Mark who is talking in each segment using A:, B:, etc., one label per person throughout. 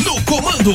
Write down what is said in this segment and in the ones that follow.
A: Eldorado.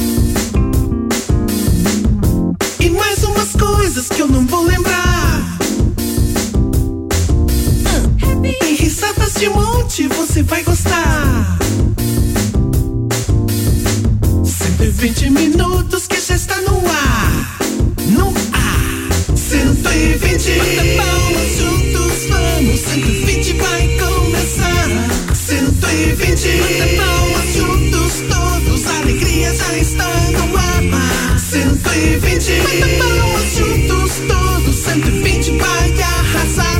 B: E mais umas coisas que eu não vou lembrar. Tem risadas de monte, você vai gostar. 120 minutos que já está no ar. No ar. 120. Bata palmas juntos, vamos. 120 vai começar. 120. Bata palmas juntos, todos. A alegria já está no ar. 120. Bata palmas juntos, todos. 120 vai arrasar.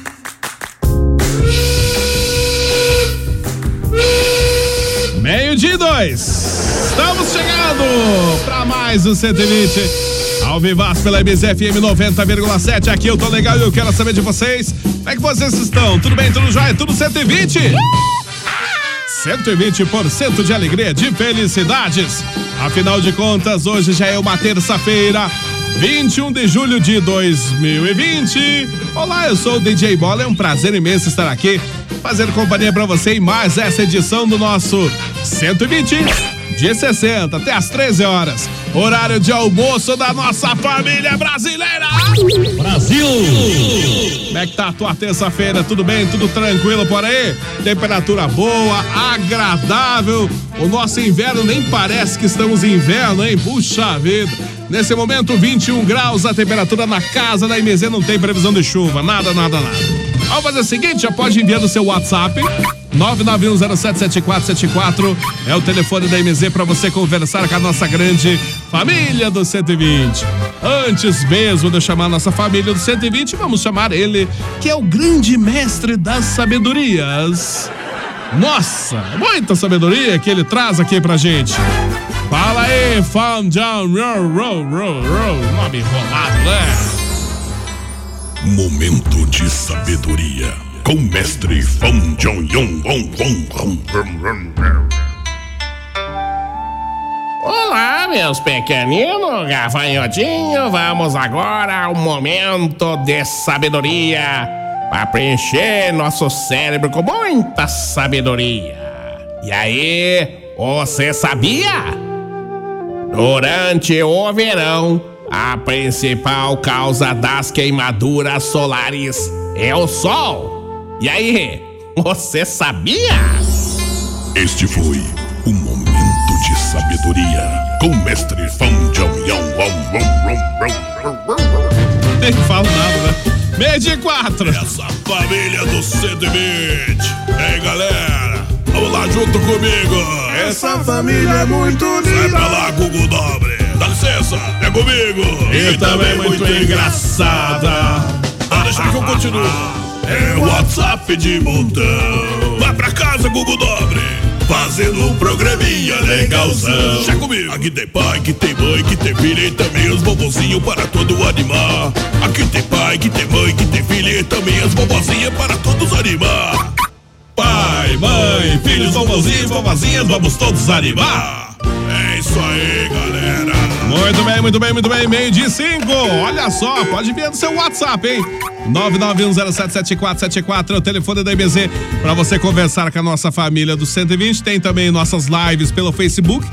C: Meio dia e dois. Estamos chegando para mais um 120. Ao Vivaz pela MZFM 90,7. Aqui eu tô legal e eu quero saber de vocês. Como é que vocês estão? Tudo bem? Tudo jóia? Tudo 120? 120% de alegria, de felicidades. Afinal de contas, hoje já é uma terça-feira, 21 de julho de 2020. Olá, eu sou o DJ Bola, é um prazer imenso estar aqui, fazer companhia pra você em mais essa edição do nosso 120 de 60 até as 13 horas, horário de almoço da nossa família brasileira. Brasil. Como é que tá a tua terça-feira? Tudo bem? Tudo tranquilo por aí? Temperatura boa, agradável. O nosso inverno nem parece que estamos em inverno, hein? Puxa vida. Nesse momento, 21 graus, a temperatura na casa da IMZ não tem previsão de chuva. Nada, nada, nada. Vamos fazer o seguinte, já pode enviar no seu WhatsApp. 991077474 é o telefone da MZ para você conversar com a nossa grande família do 120. Antes mesmo de eu chamar a nossa família do 120, vamos chamar ele, que é o grande mestre das sabedorias. Nossa, muita sabedoria que ele traz aqui pra gente. Fala aí, Fandão, row, row, row, row, nome enrolado, né?
D: Momento de sabedoria com mestre Fão Jong Yong Wong Wong Wong Wong Wong Wong.
E: Olá, meus pequeninos gafanhotinhos, vamos agora ao momento de sabedoria para preencher nosso cérebro com muita sabedoria. E aí, você sabia? Durante o verão, a principal causa das queimaduras solares é o sol. E aí, você sabia?
D: Este foi o momento de sabedoria com mestre Fão Jong Yong Wong Wong Wong Wong Wong.
C: Nem falo nada, né? Meio de quatro.
D: Essa família do 120. Ei, galera, vamos lá junto comigo. Essa
F: Família é muito
D: Vai
F: unida.
D: pra lá, Google Dobre. Dá licença, é comigo. E também muito engraçada. Ah, deixa que eu continuo. É WhatsApp de montão. Vai pra casa, Google Dobre. Fazendo um programinha legalzão. Já comigo. Aqui tem pai, que tem mãe, que tem filha e também os bobozinhos para todo animar. Aqui tem pai, que tem mãe, que tem filha e também as bobozinhas para todos animar. Pai, mãe, filhos, vovozinhos, vovozinhas, vamos todos animar. É isso aí, galera.
C: Muito bem, muito bem, muito bem. Meio de cinco. Olha só, pode ver no seu WhatsApp, hein? 991077474 é o telefone da IBZ para você conversar com a nossa família do 120. Tem também nossas lives pelo Facebook.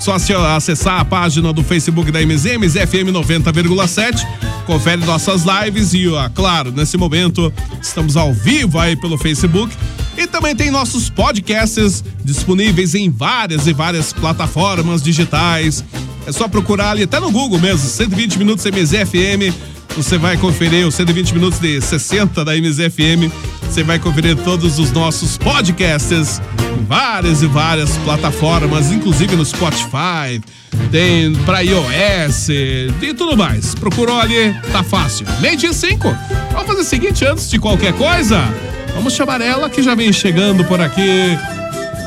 C: Só se acessar a página do Facebook da MZ, MZFM 90,7. Confere nossas lives e, ó, claro, nesse momento estamos ao vivo aí pelo Facebook. E também tem nossos podcasts disponíveis em várias e várias plataformas digitais. É só procurar ali, até no Google mesmo, 120 Minutos MZFM. Você vai conferir os 120 minutos de 60 da MZFM. Você vai conferir todos os nossos podcasts em várias e várias plataformas, inclusive no Spotify, tem para iOS e tudo mais. Procurou ali, tá fácil. Meio dia 5. Vamos fazer o seguinte, antes de qualquer coisa, vamos chamar ela que já vem chegando por aqui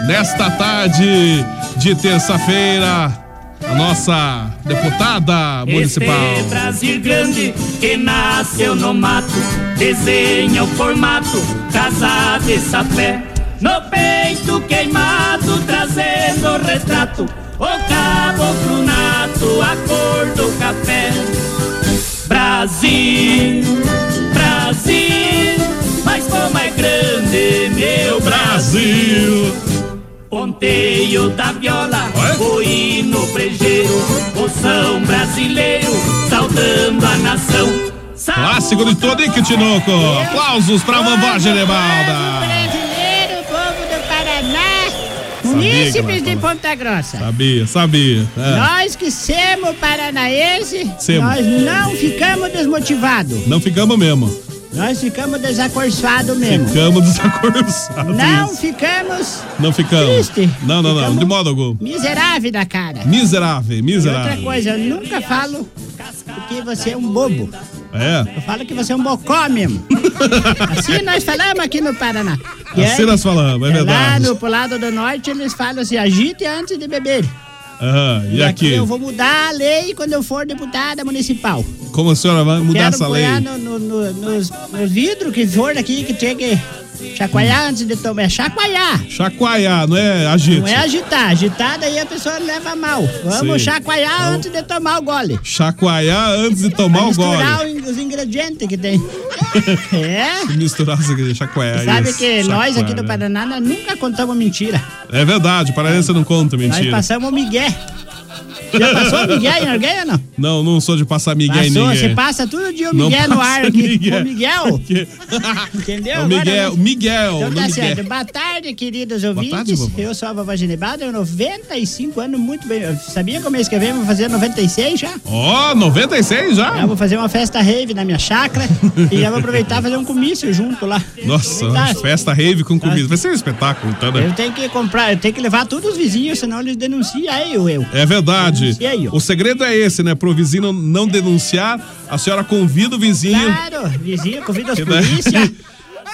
C: nesta tarde de terça-feira. A nossa deputada municipal.
A: Este é Brasil grande que nasceu no mato, desenha o formato, casa de sapé. No peito queimado, trazendo o retrato, o caboclo nato, a cor do café. Brasil, Brasil, mas como é grande meu Brasil. Ponteio da viola, o hino brejeiro, o são brasileiro, saudando a nação.
C: Clássico de Tonique Tinoco. Aplausos pra vovó Genebalda.
G: Brasileiro, povo do Paraná, munícipes de Ponta Grossa.
C: Sabia, sabia. É.
G: Nós que semos paranaense,
C: Semo.
G: nós não ficamos desmotivados.
C: Não ficamos mesmo.
G: Nós ficamos desacorçados mesmo.
C: Ficamos desacorçados.
G: Não ficamos
C: Não ficamos.
G: Triste.
C: Não, não, não.
G: Ficamos-
C: De modo algum.
G: miseráveis na cara.
C: Miserável,
G: E outra
C: miserável.
G: coisa, eu nunca falo que você é um bobo.
C: É.
G: Eu falo que você é um bocó mesmo. Assim nós falamos aqui no Paraná. E
C: Assim
G: aí,
C: nós falamos, é
G: Lá
C: verdade.
G: no pro lado do norte eles falam assim, agite antes de beber.
C: Aham, E aqui?
G: Eu vou mudar a lei quando eu for deputada municipal.
C: Como a senhora vai mudar
G: Quero
C: essa lei?
G: apoiar no, no, no, nos, no vidro que for daqui que tem que chacoalhar antes de tomar. É chacoalhar.
C: Chacoalhar, não é agite?
G: Não é agitar. Agitar daí a pessoa leva mal. Vamos
C: Sim.
G: chacoalhar antes de tomar o gole.
C: Chacoalhar antes de tomar o
G: Misturar
C: gole.
G: o in- os ingredientes que tem. é.
C: Misturar as igrejas, chacoalhar.
G: Sabe
C: É isso,
G: que nós aqui do
C: chacoalhar. né?
G: Paraná nós nunca contamos mentira.
C: É verdade, paraense não conta
G: Nós
C: mentira.
G: passamos migué. Já passou migué em alguém ou não?
C: Não, não sou de passar migué em
G: Passou,
C: ninguém.
G: você passa todo dia o
C: Não
G: migué no
C: passa
G: ar aqui.
C: migué.
G: O Miguel.
C: Que-
G: Entendeu?
C: o
G: Agora
C: Miguel,
G: nós-
C: Miguel,
G: Então
C: não
G: tá
C: Miguel.
G: certo. Boa tarde, queridos
C: tarde,
G: ouvintes.
C: vovó.
G: eu sou a vovó Genebalda, tenho 95 anos, muito bem. Eu sabia como mês que vem eu vou fazer 96 já?
C: Ó, 96 já?
G: Eu vou fazer uma festa rave na minha chácara e já vou aproveitar e fazer um comício junto lá.
C: Nossa,
G: Tá.
C: festa rave com comida. Vai ser um espetáculo, então, né?
G: Eu tenho que comprar, eu tenho que levar todos os vizinhos, senão eles denunciam eu, eu.
C: É verdade.
G: E aí, ó?
C: O segredo é esse, né? Pro vizinho não denunciar, a senhora convida o vizinho.
G: Claro, vizinho, convida os
C: Que daí-
G: polícia,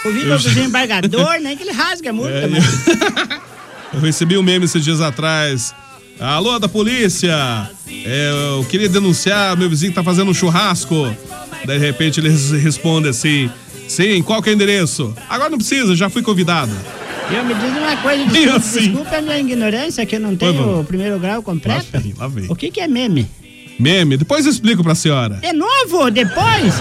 G: convida os desembargador, nem que ele rasgue a multa,
C: É,
G: mas...
C: Eu recebi um meme esses dias atrás. Alô, da polícia! É, eu queria denunciar, meu vizinho tá fazendo um churrasco. Daí, de repente ele res- responde assim: Sim, qual que é o endereço? Agora não precisa, já fui convidado.
G: Eu me diz uma coisa,
C: E
G: desculpa,
C: assim?
G: desculpa a minha ignorância que eu não
C: Pois não.
G: tenho o primeiro grau completo.
C: Lá vem, lá vem.
G: O que, que é meme?
C: Meme, depois eu explico pra senhora.
G: É novo, depois?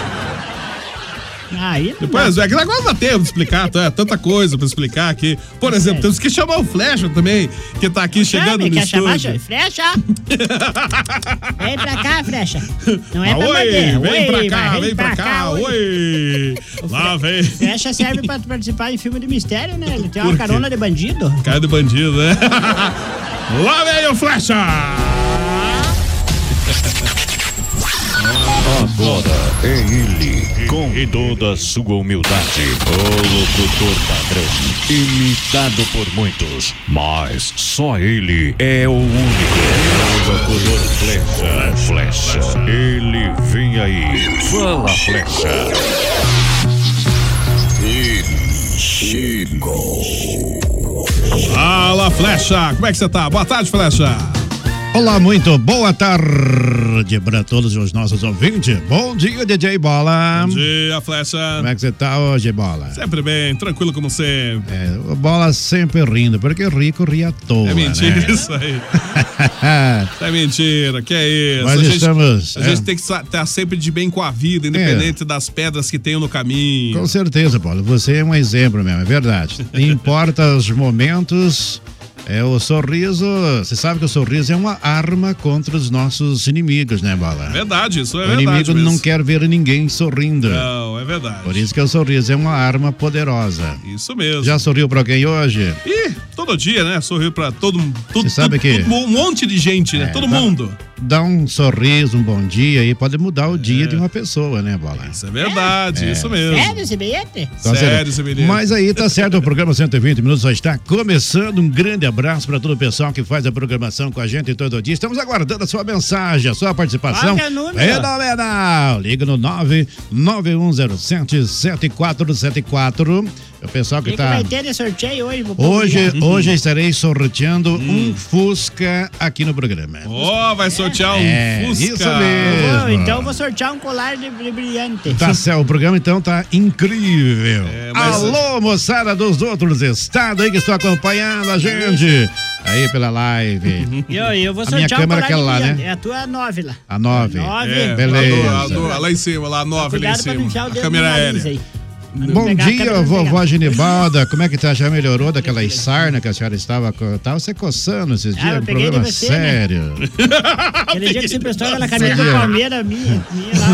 G: Aí não
C: Depois, é que agora não dá tempo de explicar, tá? é tanta coisa pra explicar aqui. Por exemplo, temos que chamar o Flecha também, que tá aqui
G: dá.
C: chegando
G: Chame,
C: no
G: quer chamar?
C: estúdio.
G: Frecha! vem pra cá, Frecha. Não é
C: Ah,
G: pra
C: oi,
G: bater.
C: vem
G: Oi,
C: pra cá,
G: vai,
C: vem pra cá, oi. É Lá vem.
G: Frecha serve pra participar em filme de mistério, né? Ele tem
C: Por
G: uma
C: quê?
G: carona de bandido.
C: Cai do bandido, né? Lá vem o Flecha!
F: É ele, com
H: E toda sua humildade, o locutor padrão, imitado por muitos, mas só ele é o único. O locutor flecha, flecha, ele vem aí, fala flecha.
C: Fala, Flecha! Como é que você tá? Boa tarde, Flecha!
I: Olá, muito boa tarde para todos os nossos ouvintes. Bom dia, DJ Bola.
C: Bom dia, Flecha.
I: Como é que você tá hoje, Bola?
C: Sempre bem, tranquilo como sempre.
I: É, o Bola sempre rindo, porque rico ri à toa.
C: É mentira
I: né?
C: isso aí. é mentira, que é isso.
I: Nós
C: a gente,
I: estamos,
C: a
I: é.
C: gente tem que estar sempre de bem com a vida, independente das pedras que tenho no caminho.
I: Com certeza, Paulo. Você é um exemplo mesmo, é verdade. Importa os momentos. É o sorriso. Você sabe que o sorriso é uma arma contra os nossos inimigos, né, Bala?
C: Verdade, isso é
I: o
C: verdade.
I: inimigo não
C: mesmo.
I: quer ver ninguém sorrindo.
C: Não, é verdade.
I: Por isso que o sorriso é uma arma poderosa.
C: Isso mesmo.
I: Já sorriu pra alguém hoje?
C: Ih, todo dia, né? Sorriu pra todo mundo. Tudo,
I: sabe que-
C: tudo- um monte de gente, né?
I: É,
C: todo
I: tá-
C: mundo.
I: Dá um sorriso, um bom dia e pode mudar o dia de uma pessoa, né, Bola?
C: É. Isso é verdade,
I: É.
C: isso mesmo.
G: Sério esse bilhete?
I: Com
C: Sério,
I: certeza.
C: esse menino.
I: Mas aí tá certo, o programa 120 minutos já está começando. Um grande abraço para todo o pessoal que faz a programação com a gente todo dia. Estamos aguardando a sua mensagem, a sua participação.
G: Olha o número.
I: Fenomenal! Liga no 99107 7474. O pessoal
G: O que,
I: que
G: que
I: tá
G: vai ter de sorteio hoje? pro povo
I: Hoje,
G: ligar?
I: hoje é estarei sorteando
G: Hum.
I: um Fusca aqui no programa.
G: Oh.
C: Ó, vai sortear um
I: É,
C: Fusca.
I: isso mesmo.
G: Bom, então eu vou sortear um colar de, de brilhante.
I: Tá certo, o programa então tá incrível.
G: É,
C: mas-
I: Alô, moçada dos outros estados aí que estão acompanhando a gente. Aí pela live.
G: E eu, eu vou
I: A minha
G: sortear um
I: câmera
G: colar
I: é aquela
G: de
I: lá, né?
G: brilhante. É a tua é nove lá.
I: A nove.
G: Nove.
C: É,
I: Beleza.
C: A do, lá em cima, lá a nove lá em
G: Cuidado pra não
C: cima.
G: enfiar o
C: A
G: dedo
C: câmera
G: no nariz
C: aérea.
G: aí. Pra não
I: Bom
G: pegar a câmera,
I: dia,
G: não pegar.
I: vovó Genibalda. Como é que tá? Já melhorou daquela sarna que a senhora estava co- tava se coçando esses
G: Ah,
I: dias?
G: eu
I: um
G: peguei de
I: problema
G: você, né?
I: sério.
G: Aquele dia que você prestou aquela camisa
I: Sério?
G: do Palmeiras, minha, minha lá,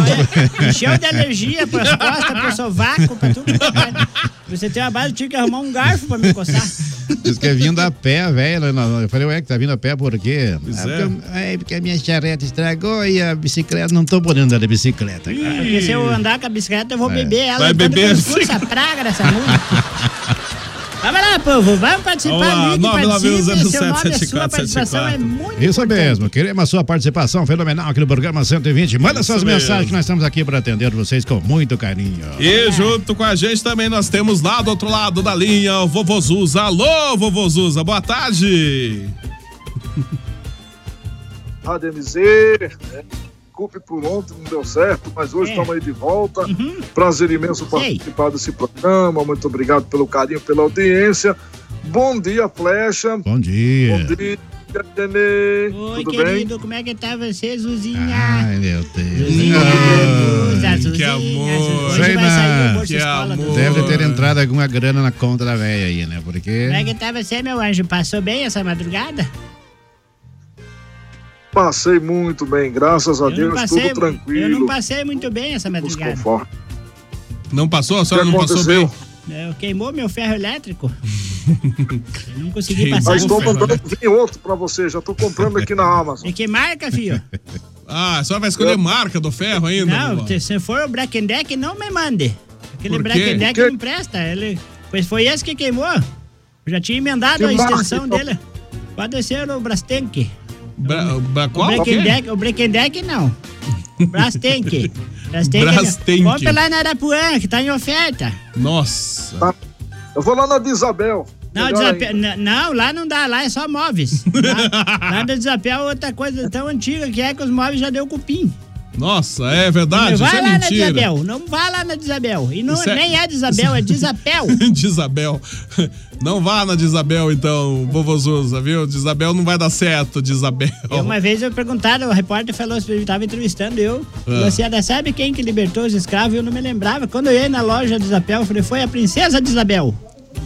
G: olha, encheu Tá de alergia pras costas, pro sovaco, pra tudo. que é cara. Você tem uma base, eu tive que arrumar um garfo pra me coçar.
I: Diz que é vindo a pé, velho. Eu falei, ué, que tá vindo a pé por quê?
C: Pois
I: Ah,
C: é.
I: porque, é, porque a minha charreta estragou e a bicicleta. Não tô podendo andar de bicicleta. cara.
G: Porque se eu andar com a bicicleta, eu vou beber ela.
C: É.
G: então
C: Vai
G: enquanto
C: beber
G: eu
C: a
G: escuto essa praga dessa música. Vamos lá, povo, vamos
C: Vamos lá,
G: participar, ligue,
C: 991
G: participe, seu nome é
C: 0774,
G: sua, a participação é
C: 74.
G: muito
I: Isso mesmo, queremos a sua participação fenomenal aqui no programa 120. Manda suas
C: mesmo.
I: mensagens que nós estamos aqui para atender vocês com muito carinho.
G: É.
C: E junto com a gente também nós temos lá do outro lado da linha o Vovô Zuza. Alô, Vovô Zuza, boa tarde.
J: Rádio MZ. né? Desculpe por ontem, não deu certo, mas hoje
G: É. Uhum.
J: estamos aí de volta. Prazer imenso participar desse programa. Muito obrigado pelo carinho, pela audiência. Bom dia, Flecha.
I: Bom dia.
J: Bom dia, Nenê.
G: Oi,
J: Tudo
G: querido, como é que tá você, Zuzinha?
I: Ai, meu
G: Zuzinha,
I: Deus.
G: Zuza,
C: que
G: Zuzinha,
C: amor.
G: Zuza.
I: Sei
G: Hoje vai sair
I: não.
G: o Bolsa
C: Ah, Que
G: Escola.
C: amor.
G: Dudu.
I: Deve ter entrado alguma grana na conta da velha aí, né? Porque.
G: Como é que tá você, meu anjo? Passou bem essa madrugada?
J: bem? Passei muito bem, graças a
G: Eu não
J: Deus,
G: passei,
J: tudo
G: eu não
J: tranquilo.
G: passei muito bem essa
J: Nos
G: madrugada.
J: conformes.
C: Não passou? A
J: O que
C: senhora não passou
J: aconteceu?
C: bem?
G: Eu- É, queimou meu ferro elétrico. Eu não consegui
C: Queimou.
G: passar.
J: Mas estou
C: ferro,
J: mandando vir outro para você, já estou comprando aqui na Amazon.
G: É que marca, filho?
C: Ah, a senhora vai escolher marca do ferro ainda?
G: Não,
C: vovó?
G: se se for o Black and Deck, não me mande. Aquele
C: Por
G: Black
C: quê?
G: and Deck
J: Por quê?
G: não presta. Ele, pois foi esse que queimou. Eu já tinha emendado
J: Que
G: a
J: marca,
G: extensão
J: então?
G: dele. Pode ser o Brastank.
C: Bra- bra-
G: O
C: qual?
G: Black and
C: que é?
G: Deck, o Black and Deck não. Brastank. Brastank.
C: Brastemp.
G: Vamos lá na Arapuã, que tá em oferta.
C: Nossa.
J: Tá. Eu vou lá na de Isabel.
G: Não,
J: Melhor
G: desapé...
J: ainda.
G: n- não, lá não dá, lá é só móveis. Lá, lá no desapel é outra coisa tão antiga que é que os móveis já deu cupim.
C: Nossa, é verdade? Isso
G: vai
C: é
G: lá na
C: mentira.
G: Desabel, não vai lá na Desabel. E não,
C: Isso é-
G: nem é Desabel, é Desapel.
C: de Isabel. Não vá na de Isabel, então, vovô Zuza, viu? De Isabel não vai dar certo, de Isabel.
G: Eu, uma vez eu perguntaram, o repórter falou, ele estava entrevistando eu.
C: Ah.
G: Falou assim, "Ada, sabe quem que libertou os escravos? Eu não me lembrava. Quando eu ia na loja de Isabel, eu falei, foi a princesa de Isabel.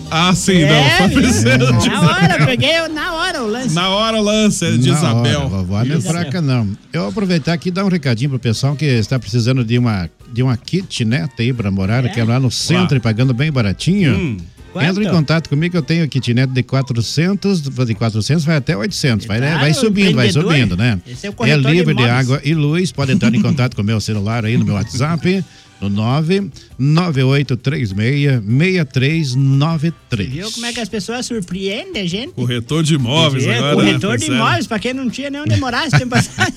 C: Ah, sim, não. Tá
G: viu?
C: precisando de
G: na hora, eu peguei eu- na hora o lance.
C: Na hora lança, é de
I: Na
C: Isabel.
I: hora, vovó não é
G: Isso.
I: fraca, não. Eu vou aproveitar aqui e dar um recadinho pro pessoal que está precisando de uma, de uma kitnet aí pra morar,
G: É?
I: que é lá no centro e pagando bem baratinho.
C: Hum.
I: Entra em
G: Quanto?
I: contato comigo, eu tenho kitnet de 400, de 400 vai até 800, vai,
G: Claro,
I: vai subindo, vai
G: empreendedor.
I: subindo, né?
G: Esse é o
I: é
G: corretor de
I: livre de
G: imóveis.
I: água e luz, pode entrar em contato com o meu celular aí no meu WhatsApp, no 998366393.
G: Viu como é que as pessoas surpreendem a gente?
C: Corretor de imóveis
G: É,
C: agora.
G: corretor
C: né?
G: de
C: Pois é.
G: imóveis, pra quem não tinha nem onde morar esse tempo passado.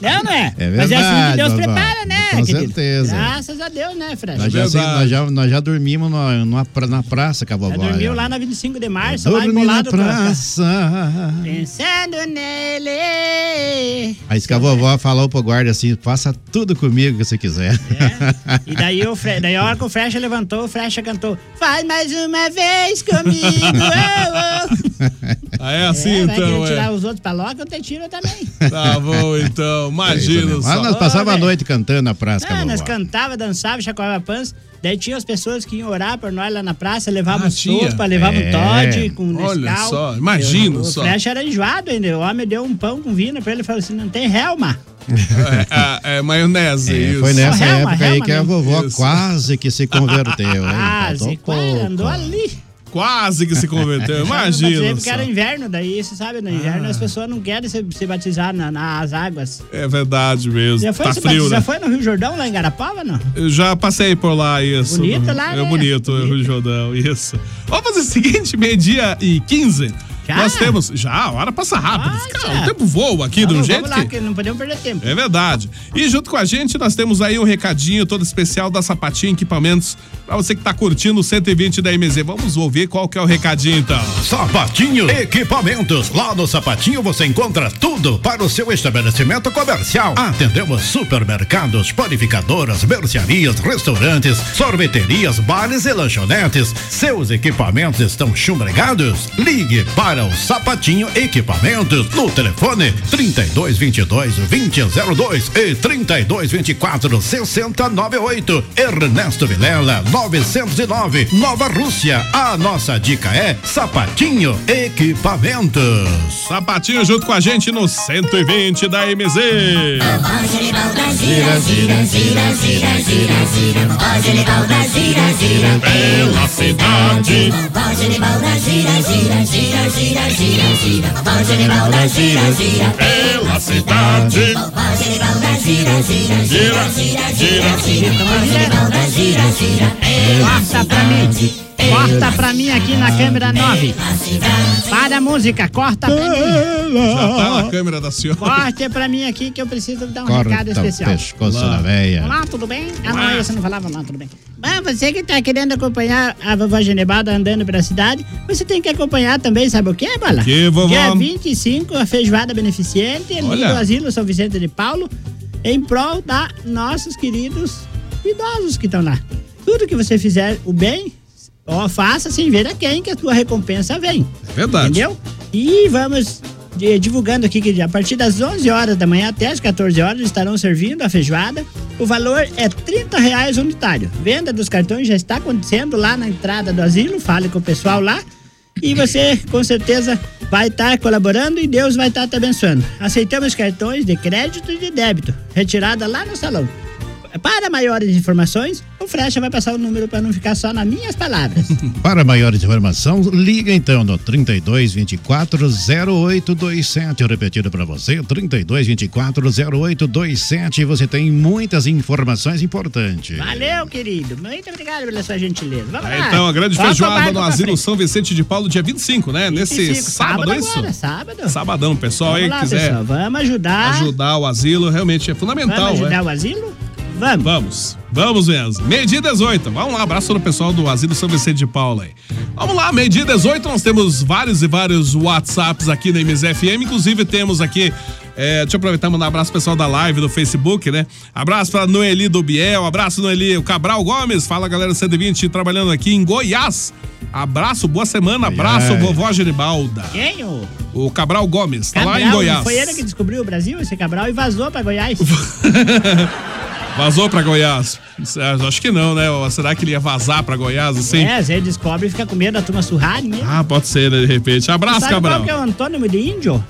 G: não, não é?
I: É
G: Mas é assim que
I: verdade,
G: Deus
I: Oswaldo.
G: prepara, né?
I: Com
G: querido?
I: certeza.
G: Graças a Deus, né, Fred?
I: Nós já, nós já, nós já dormimos na, numa pra- na praça com a
G: Já
I: vovó.
G: dormiu
I: né? já.
G: lá na 25 de março, lá
I: Dormi na
G: embolado com a-
I: praça.
G: Pensando nele.
I: Aí diz que a vovó falou pro guarda assim: faça tudo comigo que você quiser.
G: É. E daí, o Fre... daí a hora que o Frecha levantou, o Frecha cantou: Faz mais uma vez comigo. oh, oh."
C: Ah, é assim
G: vai
C: então,
G: querer tirar
C: é.
G: os outros pra logo, eu te tiro também.
C: Tá bom
I: É
C: então, imagina
I: Mas
C: só.
I: Ah, nós passávamos a noite cantando na praça com a
G: Ah, nós
I: vovó.
G: cantava, dançava, chacoalhava pans. Daí tinha as pessoas que iam orar por nós lá na praça, levavam
C: Ah,
G: os
C: tinha?
G: sopa, levavam
C: É.
G: Todd com
C: Olha
G: Nescau.
C: só, imagino
G: Eu- o
C: só.
G: Flecha era enjoado ainda. O homem deu um pão com vinho pra ele e falou assim: não tem relma.
C: É, é, é maionese, isso.
I: Foi nessa
G: Só relma,
I: época aí
G: relma
I: que a
G: mesmo.
I: vovó quase que se converteu. hein? um
G: Quase, quase, Ah, andou ali.
C: Quase que se converteu, imagina.
G: Porque era
C: só.
G: inverno, daí você sabe, no inverno as pessoas não querem se, se batizar na- nas águas.
C: É verdade mesmo.
G: Já foi,
C: tá
G: se
C: frio,
G: batizar-
C: né?
G: foi no Rio Jordão, lá em Garapava, não?
C: Eu já passei por lá, isso.
G: Bonito lá,
C: É
G: né?
C: bonito, é Rio Jordão, isso. Vamos fazer o seguinte, meio-dia e 15. Nós temos. Já, a hora passa rápido. Cara, o tempo voa aqui de um
G: vamos,
C: jeito
G: vamos lá,
C: que-
G: que não podemos perder tempo.
C: É verdade. E junto com a gente, nós temos aí um recadinho todo especial da Sapatinho Equipamentos pra você que tá curtindo o 120 da MZ. Vamos ouvir qual que é o recadinho, então.
K: Sapatinho Equipamentos. Lá no Sapatinho você encontra tudo para o seu estabelecimento comercial. Atendemos supermercados, panificadoras, mercearias, restaurantes, sorveterias, bares e lanchonetes. Seus equipamentos estão chumbregados? Ligue para o Sapatinho Equipamentos no telefone 3222 2002 e 3224 6098. Ernesto Vilela 909, Nova Rússia. A nossa dica é Sapatinho Equipamentos.
C: Sapatinho junto com a gente no 120 da MZ.
B: Gira, gira, gira, gira, gira, gira. Vovó Genibalda gira, gira pela cidade. Vovó Genibalda gira, gira, gira, gira, gira, gira. Vovó Genibalda gira, gira pela cidade. Vovó Genibalda gira, gira, gira, gira, gira, gira. Vovó Genibalda gira, gira pela
G: Corta pra mim. Corta pra mim aqui na câmera 9. Para a música, corta pra mim.
C: Já tá na câmera da senhora.
G: Corte pra mim aqui que eu preciso dar um recado
I: Corta o
G: especial.
I: pescoço
C: Lá.
I: da véia.
G: Olá, tudo bem? Ah, não, é isso, não falava lá, tudo bem. Mas você que tá querendo acompanhar a vovó Genebalda andando pela cidade, você tem que acompanhar também, sabe o que, Bala?
C: O quê, vovó?
G: Dia 25, a feijoada beneficente ali
C: Olha.
G: do Asilo São Vicente de Paulo, em prol da nossos queridos idosos que estão lá. Tudo que você fizer o bem, ó, faça sem ver a quem que a tua recompensa vem.
C: É Verdade.
G: Entendeu? E vamos eh, divulgando aqui que a partir das 11 horas da manhã até as 14 horas estarão servindo a feijoada. O valor é 30 reais unitário. Venda dos cartões já está acontecendo lá na entrada do asilo. Fale com o pessoal lá. E você, com certeza, vai estar colaborando e Deus vai estar te abençoando. Aceitamos cartões de crédito e de débito. Retirada lá no salão. Para maiores informações, o Frecha vai passar o número para não ficar só nas minhas palavras.
I: Para maiores informações, liga então no 32 24 0827. Repetido para você, 32 24 0827. Você tem muitas informações importantes.
G: Valeu, querido. Muito obrigado pela sua gentileza. Vamos
C: Aí,
G: lá.
C: Então, a grande
G: Toca o
C: feijoada
G: barco
C: no
G: pra
C: Asilo
G: frente.
C: São Vicente de Paulo, dia 25, né? Nesse
G: 25,
C: sábado, é
G: agora,
C: isso?
G: Sábado.
C: Sabadão, pessoal, aí
G: Vamos lá,
C: quiser
G: pessoal, vamos ajudar.
C: ajudar o asilo, realmente é fundamental,
G: Vamos ajudar
C: né?
G: o asilo? Vamos.
C: Vamos, vamos mesmo. Meio-dia e 18. Vamos lá, abraço no pessoal do Asilo São Vicente de Paulo aí. Vamos lá, meio-dia e 18. Nós temos vários e vários WhatsApps aqui na MZFM. Inclusive, temos aqui. É, deixa eu aproveitar e mandar um abraço pro pessoal da live do Facebook, né? Abraço pra Noeli do Biel, abraço Noeli, o Cabral Gomes, fala galera do 120 trabalhando aqui em Goiás. Abraço, boa semana, abraço,
I: Goiás.
C: vovó Geribalda.
G: Quem? O
C: O Cabral Gomes, tá lá em
G: Cabral,
C: Goiás.
G: Foi ele que descobriu o Brasil, esse Cabral, e vazou pra Goiás.
C: Vazou pra Goiás? Ah, Acho que não, né? Ou Será que ele ia vazar pra Goiás assim?
G: É, você descobre e fica com medo da turma surrar ninguém.
C: Ah, pode ser, né, de repente. Abraço,
G: Sabe
C: Cabral.
G: qual que é o antônimo de índio?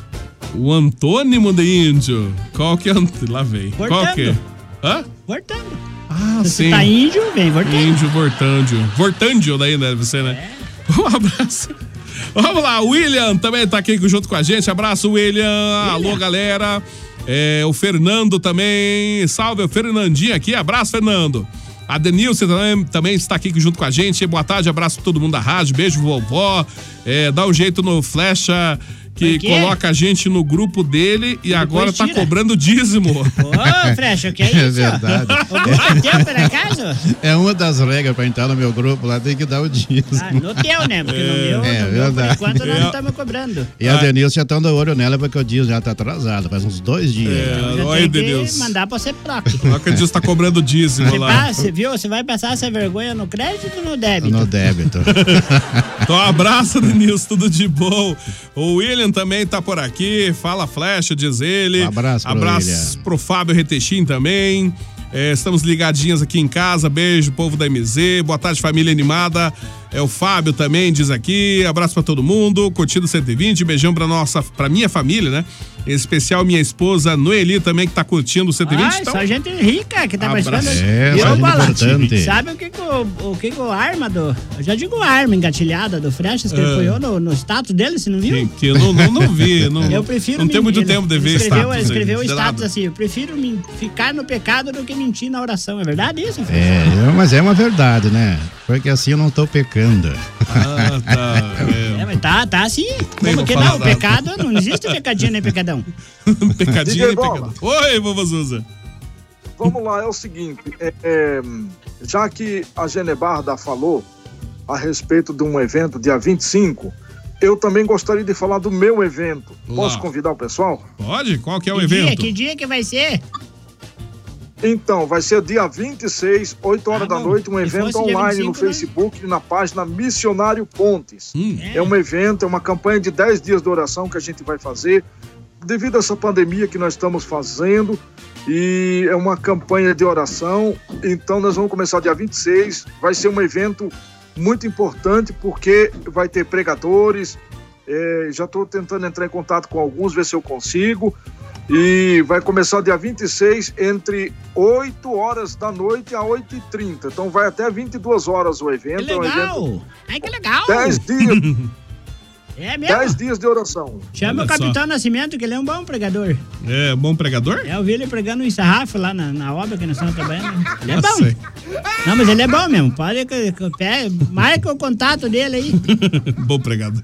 C: O antônimo de índio. Qual que é? ant- Lá vem. Qual
G: Vortando.
C: que é? Hã?
G: Vortando.
C: Ah,
G: Se
C: sim.
G: tá índio, vem vortando.
C: Índio Vortândio. Vortândio daí, né? Você, né?
G: É.
C: Um abraço. Vamos lá, o William também tá aqui junto com a gente. Abraço, William. Alô, galera. É, o Fernando também. Salve, o Fernandinho aqui. Abraço, Fernando. A Denilce também, também está aqui junto com a gente. Boa tarde, abraço pra todo mundo da rádio. Beijo, vovó. É, dá um jeito no Flecha que
G: Por quê?
C: coloca a gente no grupo dele e agora tá
G: é? tira.
C: cobrando dízimo.
G: Ô, Frecha, o que é isso?
I: É verdade.
G: Algum bateu, por acaso?
I: É uma das regras pra entrar no meu grupo lá, tem que dar o dízimo.
G: Ah, no teu, né? Porque no
I: É
G: meu, no meu, por
I: verdade.
G: enquanto, nós
I: É.
G: não estamos cobrando.
I: E a Denilson já estão de olho nela porque o dízimo já tá atrasado, faz uns dois dias.
C: É,
G: Eu já tenho que mandar pra você próprio.
C: Coloca o dízimo, tá cobrando dízimo
G: Você,
C: lá.
G: passa, viu? Você vai passar essa vergonha no crédito ou no débito?
I: No débito.
C: Então, um abraço, Denilson, tudo de bom. O William também tá por aqui. Fala, Flecha, diz ele. abraço,
I: Um pro
C: Abraço pro Fábio Retechim também. É, estamos ligadinhos aqui em casa. Beijo, povo da MZ. Boa tarde, família animada. É o Fábio também, diz aqui. Abraço pra todo mundo. Curtindo 120. Beijão pra nossa, pra minha família, né? Em especial minha esposa Noeli também, que tá curtindo o 120.
G: Ai, só gente rica que tá
C: Abraço.
G: participando.
C: É,
G: E
C: só
G: eu
C: gente
G: falar,
C: importante.
G: Sabe o que que o, o que que o arma do... Eu já digo arma engatilhada do Frechas, que
C: Ah.
G: ele foi no, no status dele, você não viu?
C: Que eu não, não, não vi. Não,
G: eu prefiro
C: Não tem
G: me-
C: muito
G: ele-
C: tempo de
G: ele
C: ver
G: escreveu,
C: status. aí,
G: Ele escreveu o
C: de nada.
G: status assim, eu prefiro me- ficar no pecado do que mentir na oração. É verdade isso? Frechas?
I: É, eu- mas é uma verdade, né? Porque assim eu não tô pecando.
C: Ah, tá.
G: É, mas tá, tá sim.
I: Nem
G: Como
I: vou
G: que
I: falar
G: não? O
I: nada.
G: pecado, não existe pecadinho nem pecadão.
C: Pecadinho e pecadão. Oi, vovô Zuza.
J: Vamos lá, é o seguinte: é, é, já que a Genebarda falou a respeito de um evento dia 25, eu também gostaria de falar do meu evento. Posso convidar o pessoal?
C: Pode? Qual que é o
G: Que dia,
J: evento?
G: que dia que vai ser?
J: Então, vai ser dia 26, 8 horas
G: Ah,
J: da noite, um evento
G: fosse dia
J: online
G: 25,
J: no
G: né?
J: Facebook, na página Missionário Pontes. É um evento, é uma campanha de 10 dias de oração que a gente vai fazer devido a essa pandemia que nós estamos fazendo. E é uma campanha de oração. Então, nós vamos começar dia 26. Vai ser um evento muito importante porque vai ter pregadores. eh, já estou tentando entrar em contato com alguns, ver se eu consigo. E vai começar dia 26, entre 8 horas da noite a 8h30. Então vai até 22 horas o evento. É um evento
G: Ai, que legal.
J: 10 dias,
G: É mesmo?
J: 10 dias de oração.
G: Chama o Capitão Nascimento, que ele é um bom pregador.
C: É, bom pregador?
G: É, eu vi ele pregando em sarrafo lá na, na obra que nós estamos trabalhando. Ele é
C: Ah,
G: bom.
C: sei.
G: Não, mas ele é bom mesmo. Pode que, que, pe- marca o contato dele aí.
C: Bom pregador.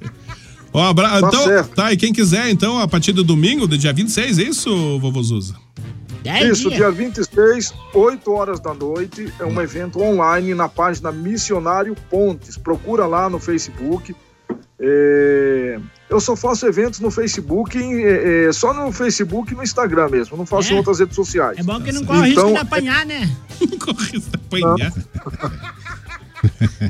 C: Ó, abra... então, tá, e quem quiser, então, a partir do domingo, do dia 26, é isso, vovô Zuza? Dez
J: Isso,
C: dias.
J: dia 26, 8 horas da noite. É um evento online na página Missionário Pontes. Procura lá no Facebook. É, Eu só faço eventos no Facebook, em- é, é, só no Facebook e no Instagram mesmo. Não faço em outras redes sociais. É
G: bom que não corre risco de apanhar, né?
C: apanhar.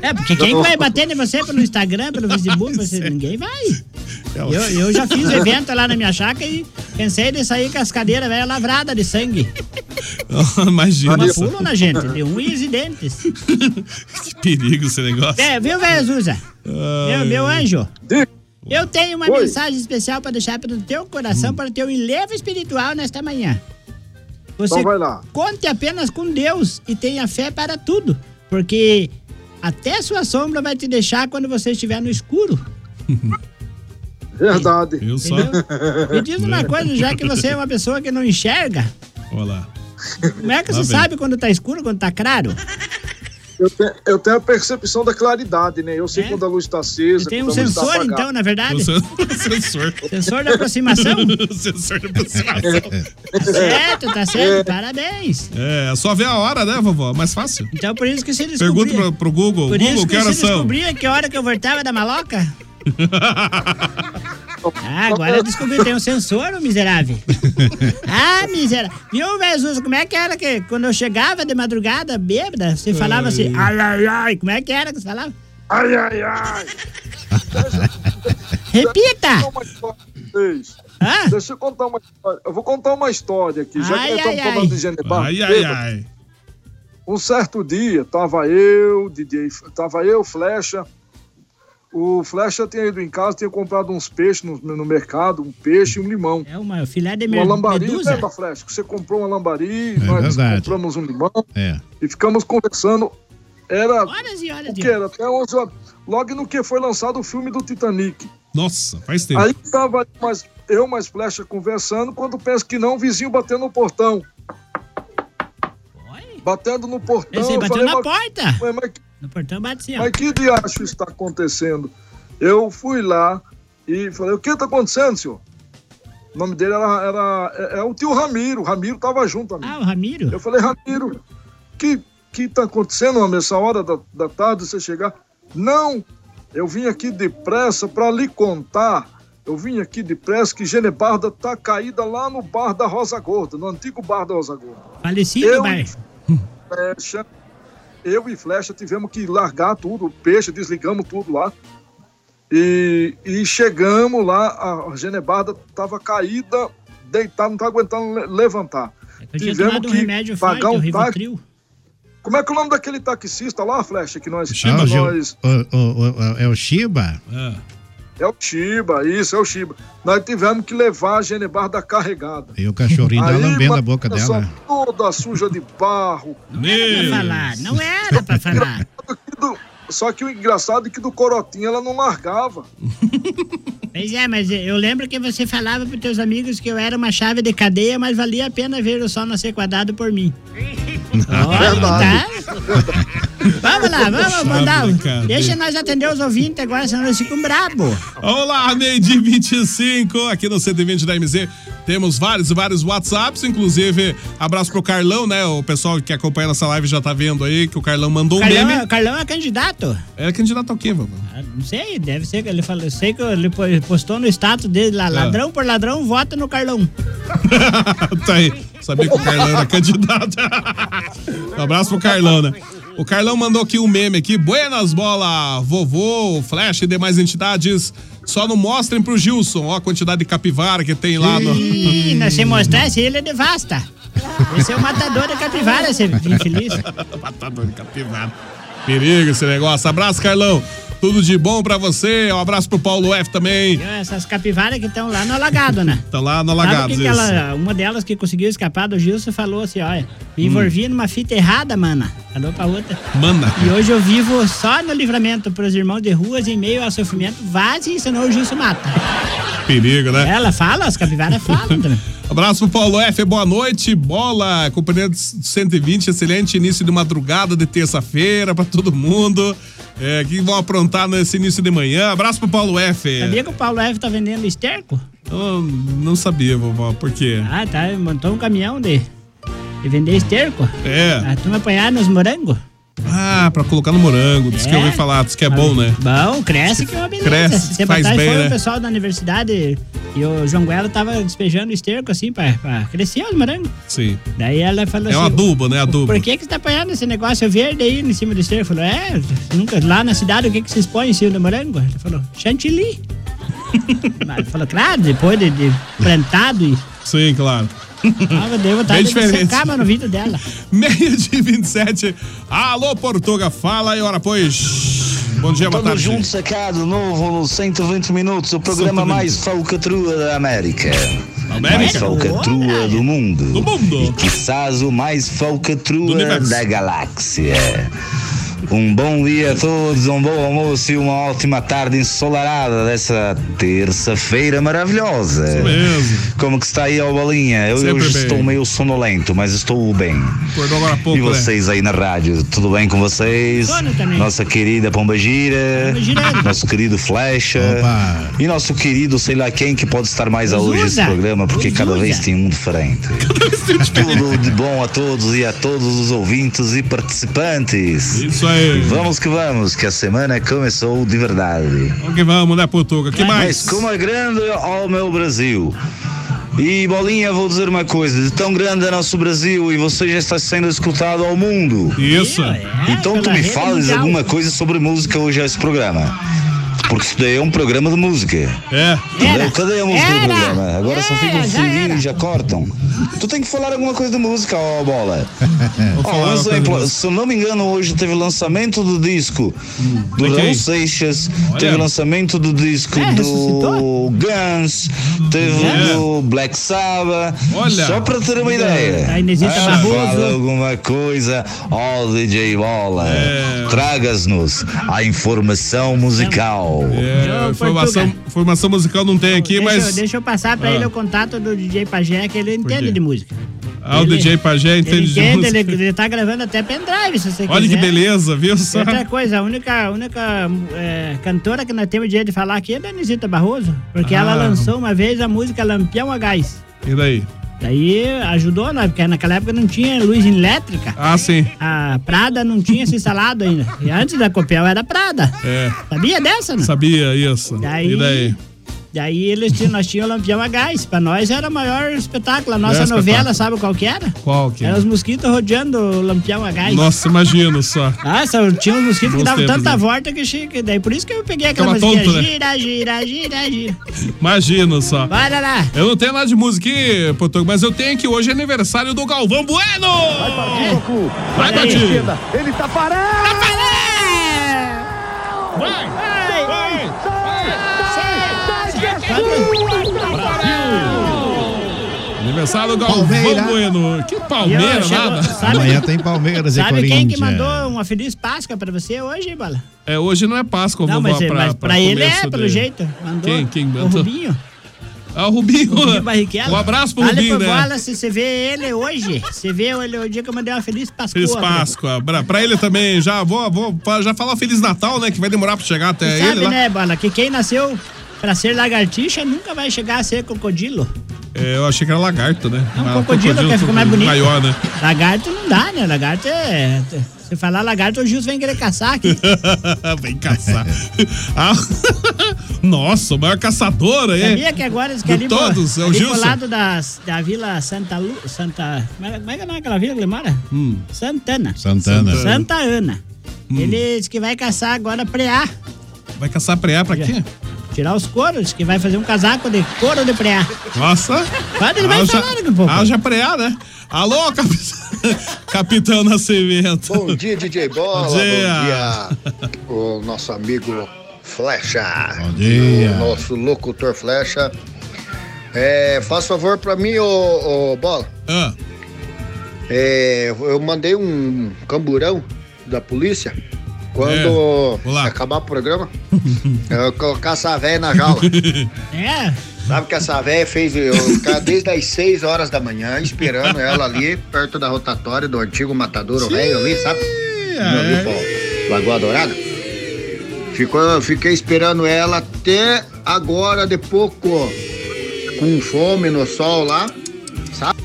G: É, porque quem que vai bater em você pelo Instagram, pelo Facebook? Você, ninguém vai.
L: É
G: Eu, eu já fiz evento lá na minha chácara e pensei de sair com as cadeiras velhas lavradas de sangue.
L: Ah,
C: Imagina.
G: Mas
C: só.
G: pulam na gente, de unhas e dentes.
C: Que perigo esse negócio.
G: É, viu, velho Zuza? Meu, meu anjo. Eu tenho uma
C: Oi.
G: mensagem especial para deixar pelo teu
J: Hum.
G: coração, para o teu enlevo espiritual nesta manhã. Você
J: Então vai lá.
G: conte apenas com Deus e tenha fé para tudo, porque até sua sombra vai te deixar quando você estiver no escuro.
J: Verdade.
C: Eu
G: só- Me diz uma coisa, já que você é uma pessoa que não enxerga,
C: Né? Olha lá.
G: como é que
J: Lá
G: você
J: vem.
G: sabe quando tá escuro, quando tá claro?
J: Eu, te- eu tenho a percepção da claridade, né? Eu sei quando a luz está acesa.
G: É? Tem um
J: quando a luz tá
G: sensor,
J: apagada.
G: então, na verdade?
C: O Um sen- sensor. Um
G: Sensor da aproximação?
C: sensor da aproximação.
G: Tá certo, tá certo, parabéns.
C: É, é só ver a hora, né, vovó? Mais fácil.
G: Então por isso que se descobrir...
C: Pergunta pro, pro Google.
G: Por
C: Google,
G: isso
C: que
G: que
C: horas
G: você
C: são?
G: descobria que hora que eu voltava da maloca? Ah, agora eu descobri, tem um sensor, o miserável. Ah, miserável. Viu, Jesus, como é que era que quando eu chegava de madrugada, bêbada, você falava assim, ai, ai, ai, como é que era que você falava?
J: Ai, ai, ai.
G: Repita!
J: Vocês. Deixa eu contar uma história. Eu vou contar uma história aqui, já que nós
G: Ai, ai,
J: estamos
G: ai.
J: falando de Genebar.
C: Ai, ai,
J: bêbado.
C: ai.
J: Um certo dia, tava eu, DJ, tava eu, Flecha. O Flecha tinha ido em casa, tinha comprado uns peixes no, no mercado, um peixe e um limão.
G: É uma filé de
J: Uma
G: mer-
J: lambari,
G: medusa.
C: né,
J: lembra, Flecha? Que Você comprou uma lambari,
I: É
J: nós
I: verdade.
J: compramos um limão
I: É.
J: e ficamos conversando. Era.
G: Horas e horas
J: o que era? Até 11 horas. Logo no que foi lançado o filme do Titanic.
C: Nossa, faz tempo.
J: Aí tava mais. eu mais flecha conversando, quando penso que não, o vizinho batendo no portão. Batendo no portão.
G: Pensei,
J: eu
G: bateu
J: falei,
G: na
J: "Mas-
G: porta.
J: Ué, mas que-
G: No portão bate sim, ó.
J: Mas que diacho está acontecendo? Eu fui lá e falei, o que está acontecendo, senhor? O nome dele era, era é, é o tio Ramiro. O Ramiro estava junto, amigo.
G: Ah, o Ramiro?
J: Eu falei, Ramiro, que que tá acontecendo, homem, essa hora da, da tarde você chegar? Não, eu vim aqui depressa para lhe contar. Eu vim aqui depressa que Genebarda tá caída lá no bar da Rosa Gorda, no antigo bar da Rosa Gorda.
G: Falecido,
J: Eu-
G: pai.
J: Flecha, eu e Flecha tivemos que largar tudo, o peixe, desligamos tudo lá. E, e chegamos lá, a Genebarda estava caída, deitada, não estava aguentando le- levantar.
G: Eu tinha tomado um remédio forte, o Rivotril.
J: Como é que é o nome daquele taxista lá, Flecha, que nós...
I: Ah, o Gil-
J: nós
I: o- o- o- é o Shiba?
J: é o Chiba, isso, é o Chiba. Nós tivemos que levar a Genebarda carregada.
I: E o cachorrinho tá
J: Aí,
I: lambendo a
J: mas
I: boca
J: essa
I: dela.
J: Toda suja de barro.
C: Não era
G: é pra falar, não era pra falar.
J: Só que o engraçado é que do Corotinho ela não largava.
G: Pois é, mas eu lembro que você falava pros teus amigos que eu era uma chave de cadeia, mas valia a pena ver o sol nascer quadrado por mim. Tá? Vamos lá, vamos
C: Chave
G: mandar.
C: de cadeia.
G: Deixa nós atender os ouvintes agora, senão eles ficam brabo.
C: Vamos lá, meio de 25, aqui no 120 da MZ. Temos vários e vários WhatsApps, inclusive, abraço pro Carlão, né? O pessoal que acompanha nossa live já tá vendo aí que o Carlão mandou um
G: Carlão,
C: meme.
G: Carlão é candidato?
C: É candidato ao quê, vamos?
G: Ah, Não sei, deve ser que ele falou. Sei que ele po- postou no status dele
C: Ah.
G: lá:
L: É.
G: ladrão por ladrão, vota no Carlão.
C: tá aí. Sabia que o Carlão era candidato. um abraço pro Carlão, né? O Carlão mandou aqui um meme aqui. Buenas bola, vovô, Flash e demais entidades. Só não mostrem pro Gilson, ó, a quantidade de capivara que tem lá no.
G: Ih, nós se mostrasse, ele devasta. Esse é o matador da capivara, esse infeliz.
C: Matador de capivara. Perigo esse negócio. Abraço, Carlão. Tudo de bom pra você. Um abraço pro Paulo F também.
G: Essas capivaras que estão lá no alagado, né?
C: Tá lá no
G: Sabe o
C: Alagados.
G: que que
C: isso.
G: ela- é? uma delas que conseguiu escapar do Gilson falou assim, olha,
C: Hum.
G: me envolvi numa fita errada, mana. Falou pra outra.
C: Mana.
G: E hoje eu vivo só no livramento pros irmãos de ruas em meio ao sofrimento. Vaze, senão o Gilson mata.
C: Perigo, né?
G: Ela fala, as capivaras falam também.
C: Abraço pro Paulo F, boa noite, bola, companhia do 120, excelente início de madrugada de terça-feira pra todo mundo. É, que vão aprontar nesse início de manhã. Abraço pro Paulo F.
G: Sabia que o Paulo F tá vendendo esterco?
C: Eu não sabia, vovó, por quê?
G: Ah, tá, montou um caminhão de, de vender esterco.
C: É.
G: A turma apanhar nos morangos.
C: Ah, pra colocar no morango, diz que eu ouvi falar, diz que é bom, né?
G: Bom, cresce que é uma beleza.
C: Cresce,
G: Tempo
C: faz
G: atrás
C: bem,
G: foi o
C: né?
G: pessoal da universidade e o João Guelo tava despejando esterco assim pra, pra crescer os morangos.
C: Sim.
G: Daí ela falou
C: É um
G: assim,
C: adubo, né? Adubo.
G: Por que que você tá apanhando esse negócio verde aí em cima do esterco? Falou, é, nunca, lá na cidade o que que vocês põem em cima do morango? Ele falou, chantilly. Mas ele falou, claro, depois de, de plantado Ah, e...
C: Sim, claro.
G: Tava, deu vontade
C: Bem
G: de
C: diferente.
G: secar, mas no vidro dela.
C: Meio de 27. Alô, Portuga, fala e ora pois. Bom dia, boa
M: Tamo
C: tarde.
M: junto, sacado, novo no 120 minutos, o programa
C: 120.
M: mais falcatrua da América.
C: América?
M: Mais falcatrua do mundo. Do
C: mundo.
M: E quiçás o mais falcatrua
L: universo.
M: da galáxia. Um bom dia a todos, um bom almoço e uma ótima tarde ensolarada dessa terça-feira maravilhosa.
C: Isso mesmo.
M: Como que está aí a bolinha? Eu
C: Sempre
M: hoje
C: bem.
M: estou meio sonolento, mas estou bem.
C: Acordou agora há pouco, né?
M: E vocês aí na rádio, tudo bem com vocês?
G: Sono também.
M: Nossa querida Pomba Gira,
G: Pombagira.
M: nosso querido Flecha e nosso querido sei lá quem que pode estar mais a
L: Zuza.
M: hoje nesse programa, porque cada vez tem um diferente.
C: um
M: tudo de bom a todos e a todos os ouvintes e participantes.
C: Isso aí.
M: Vamos que vamos, que a semana começou de verdade.
C: Vamos que vamos, né, Portuga? Que mais?
M: Mas como é grande, ó meu Brasil. E Bolinha, vou dizer uma coisa: de tão grande é nosso Brasil e você já está sendo escutado ao mundo.
C: Isso.
M: Então tu
L: é, pela
M: me
L: rede
M: fales
L: mundial.
M: alguma coisa sobre música hoje a esse programa. Porque isso daí é um programa de música.
C: É.
M: Entendeu? Cadê a música do
L: Era.
M: programa? Agora só fica um fininho e já cortam. Tu tem que falar alguma coisa de música, ó, bola.
L: falar
M: Ó, um
L: uma coisa de
M: exemplo,
L: música.
M: se eu não me engano, hoje teve lançamento do disco
C: Hum.
M: do
L: Ok.
M: Raul Seixas,
L: Olha.
M: teve lançamento do disco
C: É,
M: do Guns, teve
L: É.
M: do Black Sabbath.
L: Olha.
M: Só pra ter uma
L: Tá,
M: ideia.
L: Inesita
M: Ah,
L: Barroso.
M: Fala alguma coisa,
C: É.
M: ó DJ Bola. Tragas-nos a informação musical. Portugal.
C: É, formação, formação musical não tem aqui,
G: deixa, eu-
C: mas.
G: deixa eu passar pra
C: Ah.
G: ele o contato do DJ Pajé, que ele entende
C: quê?
G: de música.
C: Ah, o DJ Pajé entende
G: ele
C: de
G: entende,
C: música.
G: Ele, ele tá gravando até pendrive, se você
C: Olha
G: quiser.
C: que beleza, viu?
G: E
C: Só...
G: É Outra coisa, a única, a única é, cantora que nós temos direito de falar aqui é a Danisita Barroso, porque
C: Ah.
G: ela lançou uma vez a música Lampião a Gás.
C: E daí?
G: Daí ajudou nós, porque naquela época não tinha luz elétrica.
C: Ah, sim.
G: A Prada não tinha se instalado ainda. E antes da Copel era Prada.
C: É.
G: Sabia dessa, não?
C: Sabia isso.
G: Daí-
C: E daí?
G: Daí eles tinham, nós tínhamos o Lampião a Gás. Pra nós era o maior espetáculo. A nossa
C: Era
G: novela,
C: espetáculo.
G: sabe qual que era?
C: Qual que é?
G: Era os mosquitos rodeando o Lampião a Gás.
C: Nossa, imagino só.
L: Ah,
G: Nossa, tinha uns mosquitos que
C: Bons
G: davam
C: tempos,
G: tanta
C: né?
G: volta que chique. Daí por isso que eu peguei aquela
C: Ficava
G: musiquinha.
C: tonto, né?
G: Gira, gira, gira, gira.
C: Imagino só.
G: Bora lá.
C: Eu não tenho nada de música aqui, Portugal, mas eu tenho que hoje é aniversário do Galvão Bueno! Vai partir,
L: Goku!
C: Vai
L: Olha aí,
C: partir!
L: esquerda. Ele tá parado!
C: Vai!
L: Sai! Sai! Sai! Sai!
C: Tá Aniversário do Galvão
I: Palmeira.
C: Bueno. Que
G: E, ó,
C: Palmeiras,
G: chegou-
C: nada.
G: sabe-
I: Amanhã tem Palmeiras e
G: Sabe
I: Corinthians.
G: quem que mandou uma feliz Páscoa pra você hoje, Bala?
C: É, hoje não é Páscoa,
G: Não,
C: vou
G: mas,
C: pra,
G: mas pra, ele é,
C: começo
G: pelo
C: de-
G: jeito. Mandou.
C: Quem? Quem
G: O
C: mandou?
G: Rubinho.
C: Ah, o Rubinho.
G: O Rubinho Barrichello.
C: Um abraço pro
G: Fale
C: Rubinho,
G: pro
C: né?
G: Bola se você vê ele hoje. Você vê ele o dia que eu mandei uma feliz Páscoa.
C: Feliz Páscoa. Pra, pra ele também. Já vou, vou fa- já falar Feliz Natal, né? Que vai demorar pra chegar até
G: Sabe,
C: ele lá.
G: né, Bola, que quem nasceu pra ser lagartixa nunca vai chegar a ser crocodilo.
C: É, eu achei que era lagarto, né? Mas
G: É um crocodilo, que ficou mais bonito.
C: Maior, né?
G: Lagarto não dá, né? Lagarto é... Se falar lagarto, o Gilson vem querer caçar aqui.
C: Vem caçar. Ah, Nossa, o maior caçador aí.
G: Sabia que agora eles
C: De
G: querem
C: todos, é o
G: ali pro
C: Gilson.
G: lado das, da Vila Santa Lu, Santa. Como é como é que é o nome daquela vila que ele mora?
C: Hum.
G: Santana.
I: Santana.
G: Santa Ana. Ele disse que vai caçar agora preá.
C: Vai caçar preá pra quê?
G: Tirar os couros, disse que vai fazer um casaco de couro de preá.
C: Nossa.
G: Quando ele vai
C: Haja-
G: falando, pô.
C: Haja preá, né? Alô, cap... Capitão Nascimento.
N: Bom dia, DJ Bola.
C: Bom dia.
N: Bom dia, o nosso amigo Flecha. Bom
I: dia.
N: O nosso locutor Flecha. É, faz favor pra mim, ô, ô Bola. É, eu mandei um camburão da polícia. Quando acabar o programa, eu vou colocar essa véia na jaula.
G: É?
N: Sabe que essa véia fez eu ficar desde as 6 horas da manhã esperando ela ali, perto da rotatória do antigo matadouro velho ali, sabe? Ali, pô, Lagoa Dourada. Ficou, eu fiquei esperando ela até agora de pouco, com fome no sol lá, sabe?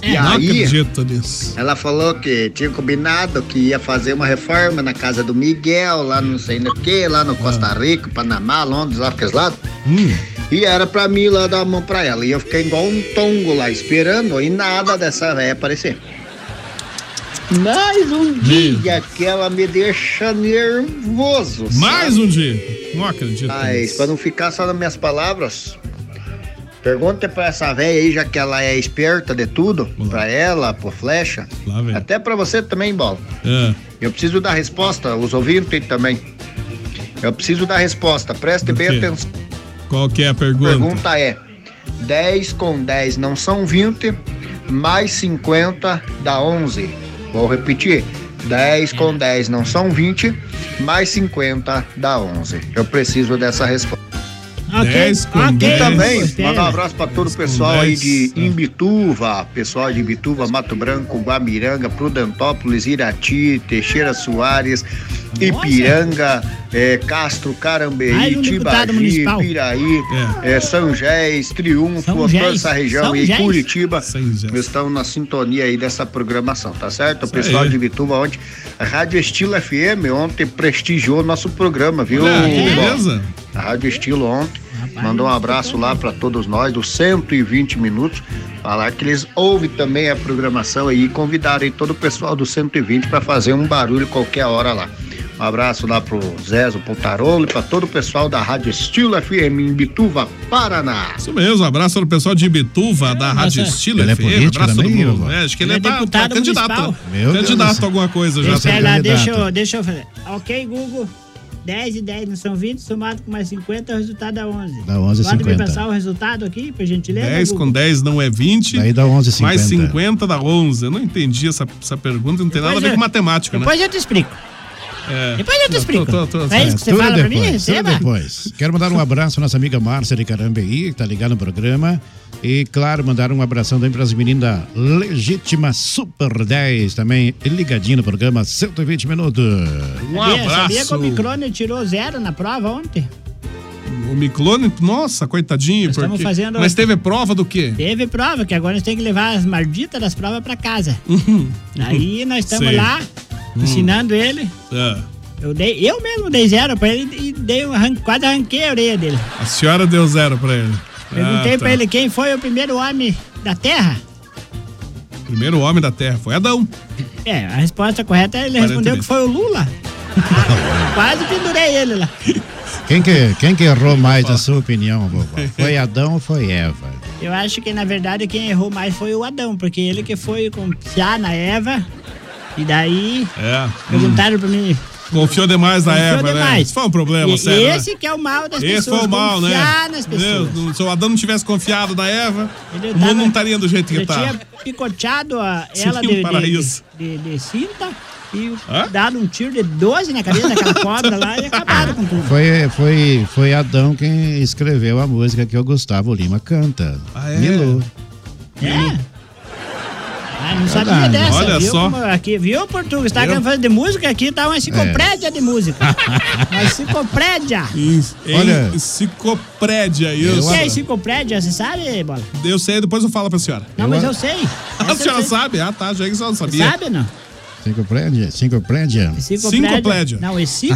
N: E
C: não
N: aí,
C: acredito nisso.
N: ela falou que tinha combinado que ia fazer uma reforma na casa do Miguel, lá não sei no que, lá no
C: Ah.
N: Costa Rica, Panamá, Londres, lá aqueles lados.
C: Hum.
N: E era pra mim lá dar a mão pra ela. E eu fiquei igual um tongo lá esperando e nada dessa véia aparecer. Mais um dia que ela me deixa nervoso.
C: Mais um dia. Não acredito.
N: Mas pra não ficar só nas minhas palavras, pergunta pra essa véia aí, já que ela é esperta de tudo,
C: Hum.
N: pra ela, pro Flecha, até pra você também, Bola.
C: É.
N: Eu preciso dar resposta, os ouvintes também. Eu preciso dar resposta, preste bem
C: quê?
N: atenção.
C: Qual que é a
N: A
C: pergunta?
N: pergunta é: 10 com 10 não são 20, mais 50 dá 11. Vou repetir: 10 com 10 não são 20, mais 50 dá 11. Eu preciso dessa resposta.
G: Ok, 10 com ok. 10.
N: E também,
G: Gostei.
N: mandar um abraço para todo o pessoal aí de Imbituva, pessoal de Imbituva, Mato Branco, Guamiranga, Prudentópolis, Irati, Teixeira Soares, Ipiranga, eh, Castro,
G: Mais
N: Carambeí,
G: um deputado
N: Tibagi,
G: municipal. É.
N: Piraí, eh, São Gés,
G: São
N: Triunfo,
G: Gés,
N: toda essa região
G: São
N: e
G: Gés.
N: Curitiba estão na sintonia aí dessa programação, tá certo? O pessoal
C: aí.
N: de Imbituva ontem, a Rádio Estilo FM ontem prestigiou nosso programa, viu?
C: Olha, que
N: Bola?
C: beleza.
N: A Rádio Estilo ontem mandou um abraço lá para todos nós, dos 120 minutos. Falar que eles ouvem também a programação aí e convidarem todo o pessoal do 120 para fazer um barulho qualquer hora lá. Um abraço lá pro Zezo, pro Tarolo e pra todo o pessoal da Rádio Estilo FM em Bituva, Paraná.
C: Isso mesmo, abraço para o pessoal de Ibituva,
G: Ah,
C: da Rádio Estilo
I: Ele é
C: FM.
I: político
C: abraço a todo
I: também,
C: mundo.
I: Ivan?
C: É, acho que ele,
I: Ele
C: é,
I: é
C: tá, tá
I: deputado
C: candidato.
I: municipal? Meu Deus do
C: candidato
I: céu.
C: a alguma coisa já. tá
G: Deixa, é lá,
C: Candidato.
G: deixa, eu, deixa eu fazer. Ok, Google. 10 e 10 não são 20, somado com mais 50, o resultado dá 11.
C: Dá 11 e
G: Pode me
C: 50.
G: passar o resultado aqui, por gentileza?
C: 10
G: Google?
C: com 10 não é 20. Daí
I: dá 11,50.
C: Mais 50 dá 11. Eu não entendi essa, essa pergunta, não tem nada a
G: Depois
C: ver
G: eu- é,
C: com matemática, né?
G: Depois eu te explico.
C: É.
G: Depois eu te explico.
I: Tô, tô, tô,
G: é isso que você é
I: tudo
G: fala pra
I: depois,
G: mim?
I: tudo
G: Receba.
I: depois. Quero mandar um abraço à nossa amiga Márcia de Carambeí, que tá ligada no programa. E, claro, mandar um abração também para as meninas da Legítima Super 10, também ligadinho no programa 120 Minutos.
C: Um
G: Sabia- Sabia que o Microne tirou zero na prova ontem?
C: O Miclone, nossa, coitadinho.
G: estamos
C: Porque...
G: fazendo-
C: Mas teve prova do quê?
G: Teve prova, que agora nós temos que levar as marditas das provas pra casa. Aí nós estamos
C: Uhum. Sei.
G: lá,
C: Hum.
G: ensinando ele.
C: Ah,
G: Eu, dei, eu mesmo dei zero pra ele e dei, um arran- quase arranquei a orelha dele.
C: a senhora deu zero pra ele.
G: Perguntei
C: Ah, tá.
G: pra ele quem foi o primeiro homem da Terra.
C: Primeiro homem da Terra foi Adão.
G: É, a resposta correta ele respondeu
C: Aparentemente.
G: que foi o Lula. quase pendurei ele lá.
I: Quem que, quem que errou mais, na sua opinião, vovó? Foi Adão ou foi Eva?
G: Eu acho que na verdade quem errou mais foi o Adão, porque ele que foi confiar na Eva. E daí
C: É.
G: perguntaram pra mim.
C: Confiou demais na
G: Hum. Confiou
C: Eva, né?
G: demais.
C: Isso foi um problema,
G: e,
C: sério. né?
G: esse que é o mal das
C: Esse
G: pessoas.
C: foi o mal, né?
G: confiar nas pessoas.
C: Deus, se o Adão não tivesse confiado na Eva,
G: Ele
C: o mundo
G: tava-
C: não estaria do jeito que
G: Eu
C: tá.
G: tinha picoteado a-
C: Seria
G: ela
C: um
G: de, de-
C: paraíso.
G: de- de cinta e
C: Hã?
G: dado um tiro de 12 na cabeça daquela cobra lá e acabaram com tudo.
I: Foi, foi, foi Adão quem escreveu a música que o Gustavo Lima canta.
G: Ah, é?
I: Milu.
G: Ah, não sabia
I: Verdade.
G: dessa.
I: Olha
G: viu
I: só.
G: como aqui, viu, Portugal? Você tá
I: Viu?
G: querendo fazer de música aqui, tá uma enciclopédia de música. uma enciclopédia.
C: Olha. Encicloprédia,
G: O
C: isso.
G: que é enciclopédia? Você sabe, Bola?
C: Eu sei, depois eu falo pra senhora.
G: Não, mas eu sei.
C: Ah, a
G: Essa eu
C: senhora
G: sei.
C: sabe? Ah, tá, já que a senhora não sabia.
G: Sabe, não?
I: Cinco prédia? Cinco prédia?
G: Enciclopédia. Não, enci-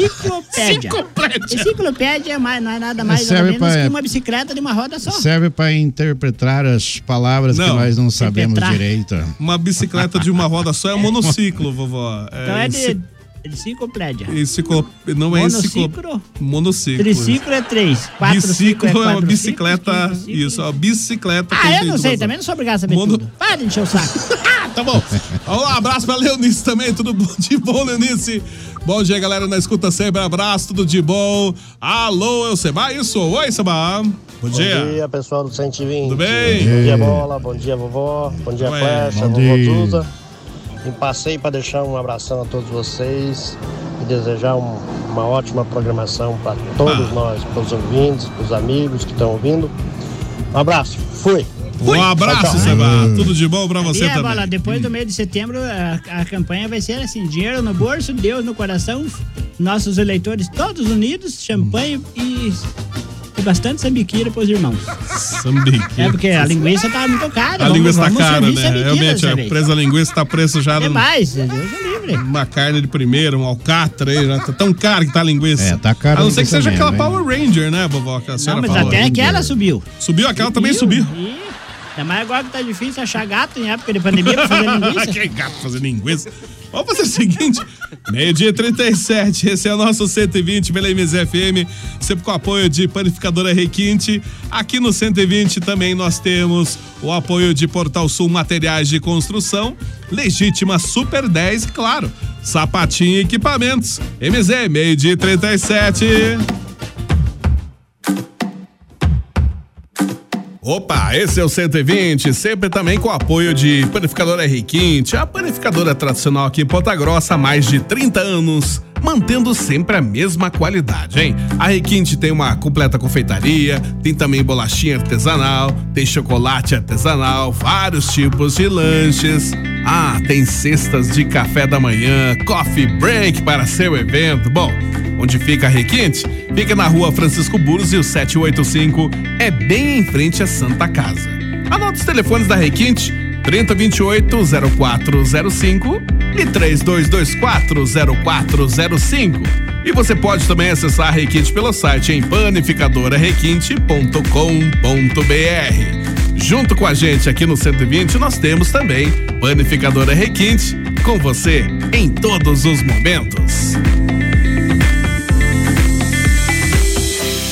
G: enciclopédia.
C: Enciclopédia.
G: Enciclopédia é mais, não é nada mais ou
I: Serve
G: menos
I: pra-
G: que uma bicicleta de uma roda só.
I: Tá. Serve para interpretar as palavras que
C: Não.
I: nós não sabemos
C: Interpretar.
I: direito.
C: Uma bicicleta de uma roda só é um monociclo, vovó.
G: Então é
C: enci-
G: de, de enciclopédia.
C: enciclo- Não é
G: Monociclo?
C: enciclo... Monociclo.
G: Triciclo é três. Quatro
C: Biciclo
G: ciclo
C: é,
G: é
C: uma
G: quatro
C: bicicleta. isso, a bicicleta. tem
G: Ah, eu não
C: feito
G: sei,
C: razão.
G: também não sou obrigado a saber
C: Mono-
G: tudo. Para de encher o saco.
C: Tá bom. Ó, Um abraço pra Leonice também, tudo de bom, Leonice? Bom dia, galera, na escuta sempre, abraço, tudo de bom. Alô, eu Seba, isso? Oi, Seba. Bom dia.
L: Bom dia, pessoal do 120.
C: Tudo bem? é?
L: Bom
C: Ei.
L: dia, Bola. Bom dia, vovó. Bom dia,
C: Ué,
L: Flecha.
C: bom
L: Vovó
C: dia.
L: Tusa. E passei para deixar um abração a todos vocês e desejar um- uma ótima programação para
C: Ah.
L: todos nós, para os ouvintes, para os amigos que estão ouvindo. Um abraço. Fui.
C: Um abraço, Seba. Tudo de bom pra você
G: e a bola,
C: também.
G: depois do mês de setembro, a, a campanha vai ser assim: dinheiro no bolso, Deus no coração, nossos eleitores todos unidos, champanhe e, e bastante sambiquira pros irmãos.
C: Sambique.
G: É porque a linguiça tá muito cara.
C: A
G: vamos-
C: linguiça tá
G: vamos
C: cara,
G: servir É
C: né?
G: sambiquira
C: Realmente,
G: dessa
C: a
G: vez.
C: presa linguiça tá preço já. no-
G: Demais, Deus é livre.
C: Uma carne de primeira, um alcatra aí, já tá tão caro que tá a linguiça. É, tá
I: caro
C: A não ser que
I: a linguiça
C: seja aquela
I: mesmo, hein?
C: Power Ranger, né, vovó? Que a senhora
G: Não, mas
C: falou.
G: até aquela subiu.
C: Subiu, aquela também
G: Subiu,
C: subiu.
G: Ih, Ainda mais agora que tá difícil achar gato em época de pandemia pra fazer linguiça.
C: que gato fazer linguiça. Vamos fazer o seguinte: meio-dia e 37, esse é o nosso 120 pela MZFM, sempre com o apoio de Panificadora Requinte. Aqui no 120 também nós temos o apoio de Portal Sul Materiais de Construção, Legítima Super 10, claro, Sapatinho e Equipamentos. MZ, meio-dia e 37. Opa, esse é o 120, sempre também com o apoio de Panificadora Requinte, a panificadora tradicional aqui em Ponta Grossa há mais de 30 anos, mantendo sempre a mesma qualidade, hein? A Requinte tem uma completa confeitaria, tem também bolachinha artesanal, tem chocolate artesanal, vários tipos de lanches. Ah, tem cestas de café da manhã, coffee break para seu evento. Bom, Onde fica a Requinte? Fica na rua Francisco Burros e o 785 é bem em frente à Santa Casa. Anota os telefones da Requinte 3028-0405 e 3224-0405. E você pode também acessar a Requinte pelo site em panificadorarequinte.com.br. Junto com a gente aqui no 120, nós temos também Panificadora Requinte, com você em todos os momentos.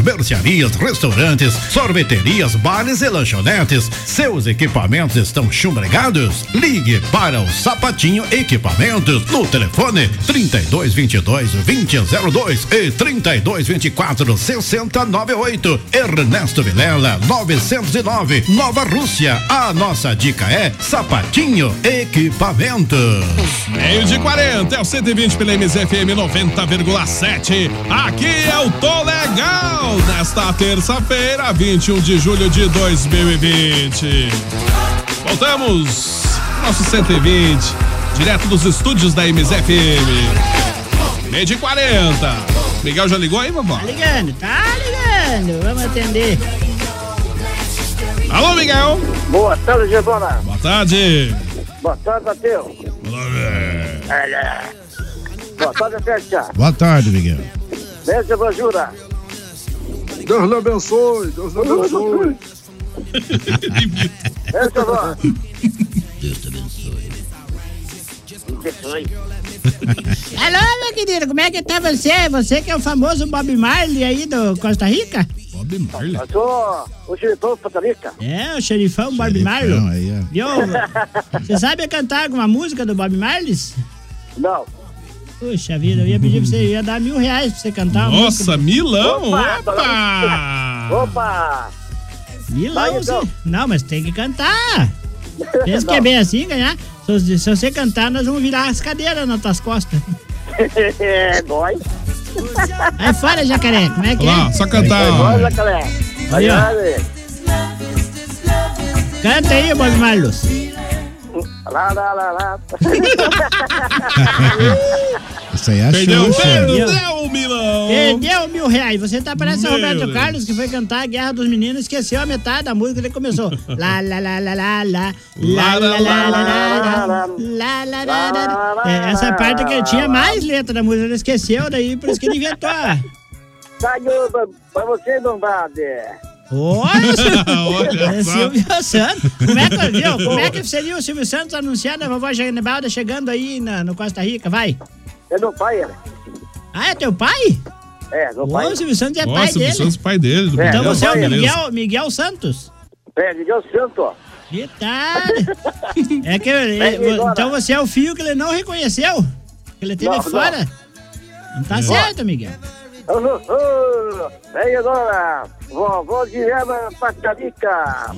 I: mercearias, restaurantes, sorveterias, bares e lanchonetes. Seus equipamentos estão chumbregados? Ligue para o Sapatinho Equipamentos no telefone 3222 2002 e 3224 6098. Ernesto Vilela 909 Nova Rússia. A nossa dica é Sapatinho Equipamentos.
C: Meio de 40 é o 120 pela MZFM 90,7. Aqui é o Tô Legal, nesta terça-feira, 21 de julho de 2020. Voltamos, nosso 120, direto dos estúdios da MZFM. Meio de 40. Miguel já ligou aí, vovó?
G: Tá ligando, tá ligando. Vamos atender.
C: Alô, Miguel.
A: Boa tarde, Giovana.
C: Boa tarde.
A: Boa tarde, Matheus. Olá. Boa tarde, Festa.
O: É. Boa tarde, Miguel.
A: Festa, Banjura.
J: Deus lhe abençoe, Deus lhe abençoe.
A: Festa, Vó.
P: Deus te abençoe.
G: Alô, meu querido, como é que tá você? Você que é o famoso Bob Marley aí do Costa Rica?
C: Bob Marley?
A: Eu sou o xerifão de Costa Rica.
G: É, o xerifão Bob Marley.
O: aí, ó.
G: Viu? Você sabe cantar alguma música do Bob Marley?
A: Não.
G: Puxa vida, eu ia pedir pra você, eu ia dar mil reais pra você cantar. uma
C: Nossa,
G: música.
C: Milão! Opa!
A: Opa! então.
G: Milão, sim. Não, mas tem que cantar. Pensa que é bem assim ganhar. Se, se você cantar, nós vamos virar as cadeiras nas tuas costas.
A: É nóis.
G: Vai fora, jacaré, como é que
C: Olha lá,
G: é?
C: só cantar.
A: É nóis, Jacalé.
G: Aí, ó.
A: Aí,
G: Canta aí, Bob Marlos.
A: ó. Lá, lá, lá, lá.
O: Isso aí é
G: Perdeu,
O: Xuxa.
C: né?
G: perdeu,
C: Milão!
G: Perdeu mil reais. Você tá parecendo o
O: Meu
G: Roberto
O: Deus.
G: Carlos, que foi cantar a Guerra dos Meninos, esqueceu a metade da música, ele começou. Lá, lá, lá, lá, lá, lá. Lá, lá, lá, lá, lá, lá, lá, lá, lá, lá, lá. É, Essa parte que tinha mais letra da música, ele esqueceu, daí por isso que ele inventou.
A: Saiu pra- pra você, Lombardi.
G: Olha,
A: Olha
G: é
A: só.
G: Silvio Santos. Como é que, viu? Como é que seria o Silvio Santos anunciando a vovó Genebalda chegando aí na, no Costa Rica? Vai.
A: É meu pai, ele.
G: Ah, é teu pai?
A: É, meu pai.
G: Ô, o Silvio Santos é
C: Nossa,
G: pai
C: o
G: dele.
C: Santos, pai dele. do
G: Então
C: Miguel,
G: você é o
C: beleza.
G: Miguel, Miguel Santos?
A: É, Miguel Santos.
G: Que tal? É que, é, vo- então você é o filho que ele não reconheceu? Que ele teve
A: Não,
G: fora? Não, tá
A: É.
G: certo, Miguel.
A: Alô, alô. Vem agora. Vovó de Eva Pacarica.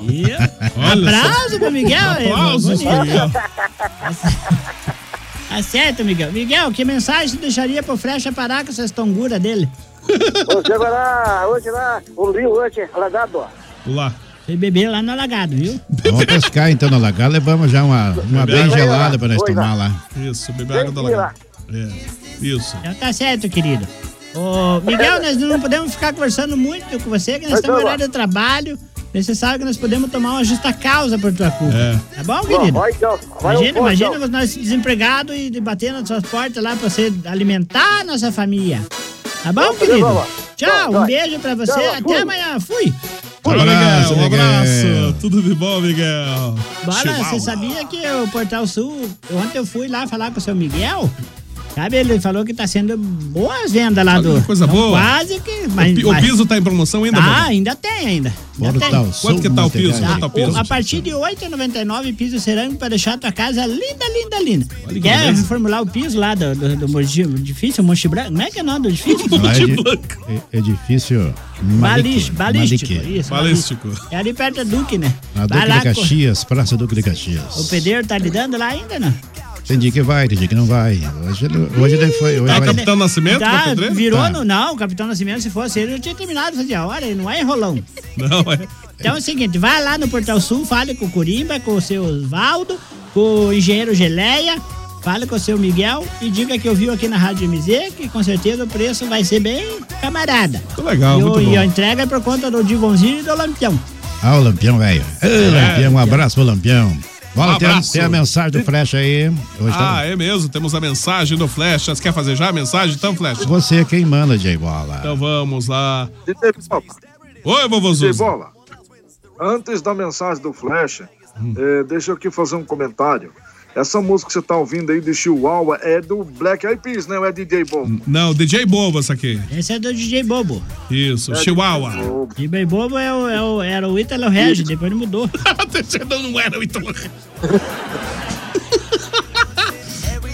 G: Aplauso pro Miguel. é
A: Aplausos
G: bonito.
A: pro Miguel.
G: Tá certo, Miguel. Miguel, que mensagem você deixaria pro Frecha parar com essas tonguras dele?
A: Você vai lá, hoje lá, o rio hoje, alagado.
C: Lá.
G: Você bebeu lá no alagado, viu?
O: Vamos pescar então no lagar, levamos já uma, uma bem gelada pra nós tomar lá.
C: Isso, beber água da lagoa. É, isso.
G: Então tá certo, querido. Ô, Miguel, nós não podemos ficar conversando muito com você, que nós estamos no horário de trabalho. Você sabe que nós podemos tomar uma justa causa por tua culpa.
C: É.
G: Tá bom, querido?
A: Vai, então. Vai,
G: imagina,
A: um forte,
G: imagina nós desempregados e de bater nas suas portas lá pra você alimentar a nossa família. Tá bom,
A: Vamos,
G: querido?
A: vamos.
G: Tchau, um
A: Vai.
G: beijo pra você.
A: Tchau,
G: Até
A: fui.
G: amanhã. Fui.
C: Um abraço, Miguel. Um abraço. Tudo de bom, Miguel.
G: Bora,
C: Chihuahua.
G: você sabia que o Portal Sul, ontem eu fui lá falar com o seu Miguel Sabe, ele falou que tá sendo boas vendas lá do.
C: Que coisa
G: Então,
C: boa.
G: Quase que.
C: o, pi- o
G: mas-
C: piso tá em promoção ainda,
G: Ah,
C: Bola?
G: ainda tem, ainda.
C: Fora
G: Ainda
C: o
G: tem.
C: tal Quanto som que tá o piso? materiais Quanto tá o piso?
G: A partir de R$ 8,99 piso cerâmico para deixar a tua casa linda, linda, linda.
C: que
G: Quer
C: beleza.
G: reformular o piso lá do, do, do Mogi, difícil, Monte Branco? Como é que é o nome do edifício?
I: É, edifício
G: Balis-
I: Malik-
G: balístico.
I: Malique.
G: Isso, É ali perto da Duque, né?
I: Na Duque
G: Vai
I: de
G: lá, co-
I: Caxias, Praça Duque de Caxias.
G: O pedreiro tá lidando lá ainda, não?
I: Tem dia que vai, tem dia que não vai. Hoje ele, hoje ele foi. Hoje
G: Tá,
I: vai-
G: Tá, virou
I: Tá.
G: no. Não, o Capitão Nascimento, se fosse ele, eu tinha terminado. Fazia, olha, ele não é enrolão.
C: Não, é.
G: Então é o seguinte, vai lá no Portal Sul, fale com o Corimba, com o seu Osvaldo, com o engenheiro Geleia, fale com o seu Miguel e diga que eu vi aqui na Rádio MZ, que com certeza o preço vai ser bem camarada.
I: legal,
G: e, o-
I: muito bom.
G: e a entrega é por conta do Divonzinho e do Lampião.
I: Ah, o Lampião, velho. Ô,
C: É,
I: Lampião, um
C: Lampião.
I: abraço pro Lampião. Bola,
C: Um
I: tem, a,
C: abraço.
I: tem a mensagem do Frecha aí. Hoje tá-
C: Ah, é mesmo. Temos a mensagem do Flechas. Quer fazer já a mensagem? Então, Flechas.
I: Você é quem manda, Jay Bola.
C: Então vamos lá. Oi, vovô
J: DJ
C: Zuzu.
J: Bola, antes da mensagem do Flecha,
C: Hum.
J: eh, deixa eu aqui fazer um comentário. Essa música que você tá ouvindo aí de Chihuahua é do Black Eyed Peas, né? Ou é DJ Bobo?
C: Não, DJ Bobo essa aqui.
G: Esse é do DJ Bobo.
C: Isso,
J: É,
C: Chihuahua.
J: DJ Bobo.
G: DJ Bobo é o, é o- era o Ítalo Regis, depois ele mudou.
C: não, então não era o Ítalo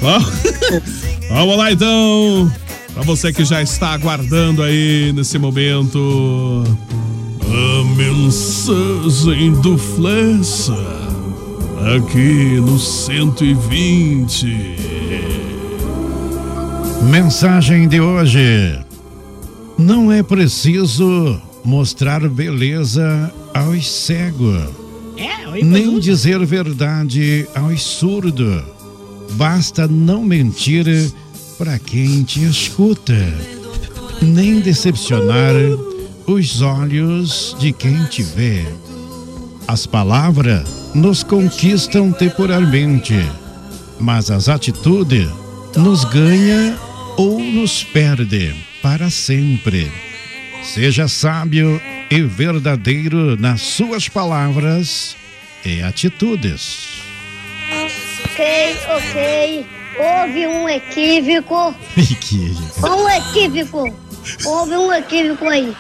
C: Vamos- Vamos lá então. Pra você que já está aguardando aí nesse momento. A mensagem do Flecha. Aqui no 120.
I: Mensagem de hoje. Não é preciso mostrar beleza aos cegos,
G: É,
I: nem dizer verdade aos surdos. Basta não mentir para quem te escuta, nem decepcionar os olhos de quem te vê. As palavras nos conquistam temporariamente, mas as atitudes nos ganha ou nos perde para sempre. Seja sábio e verdadeiro nas suas palavras e atitudes.
Q: Ok, ok. Houve um equívoco. Um equívoco. Houve um equívoco aí.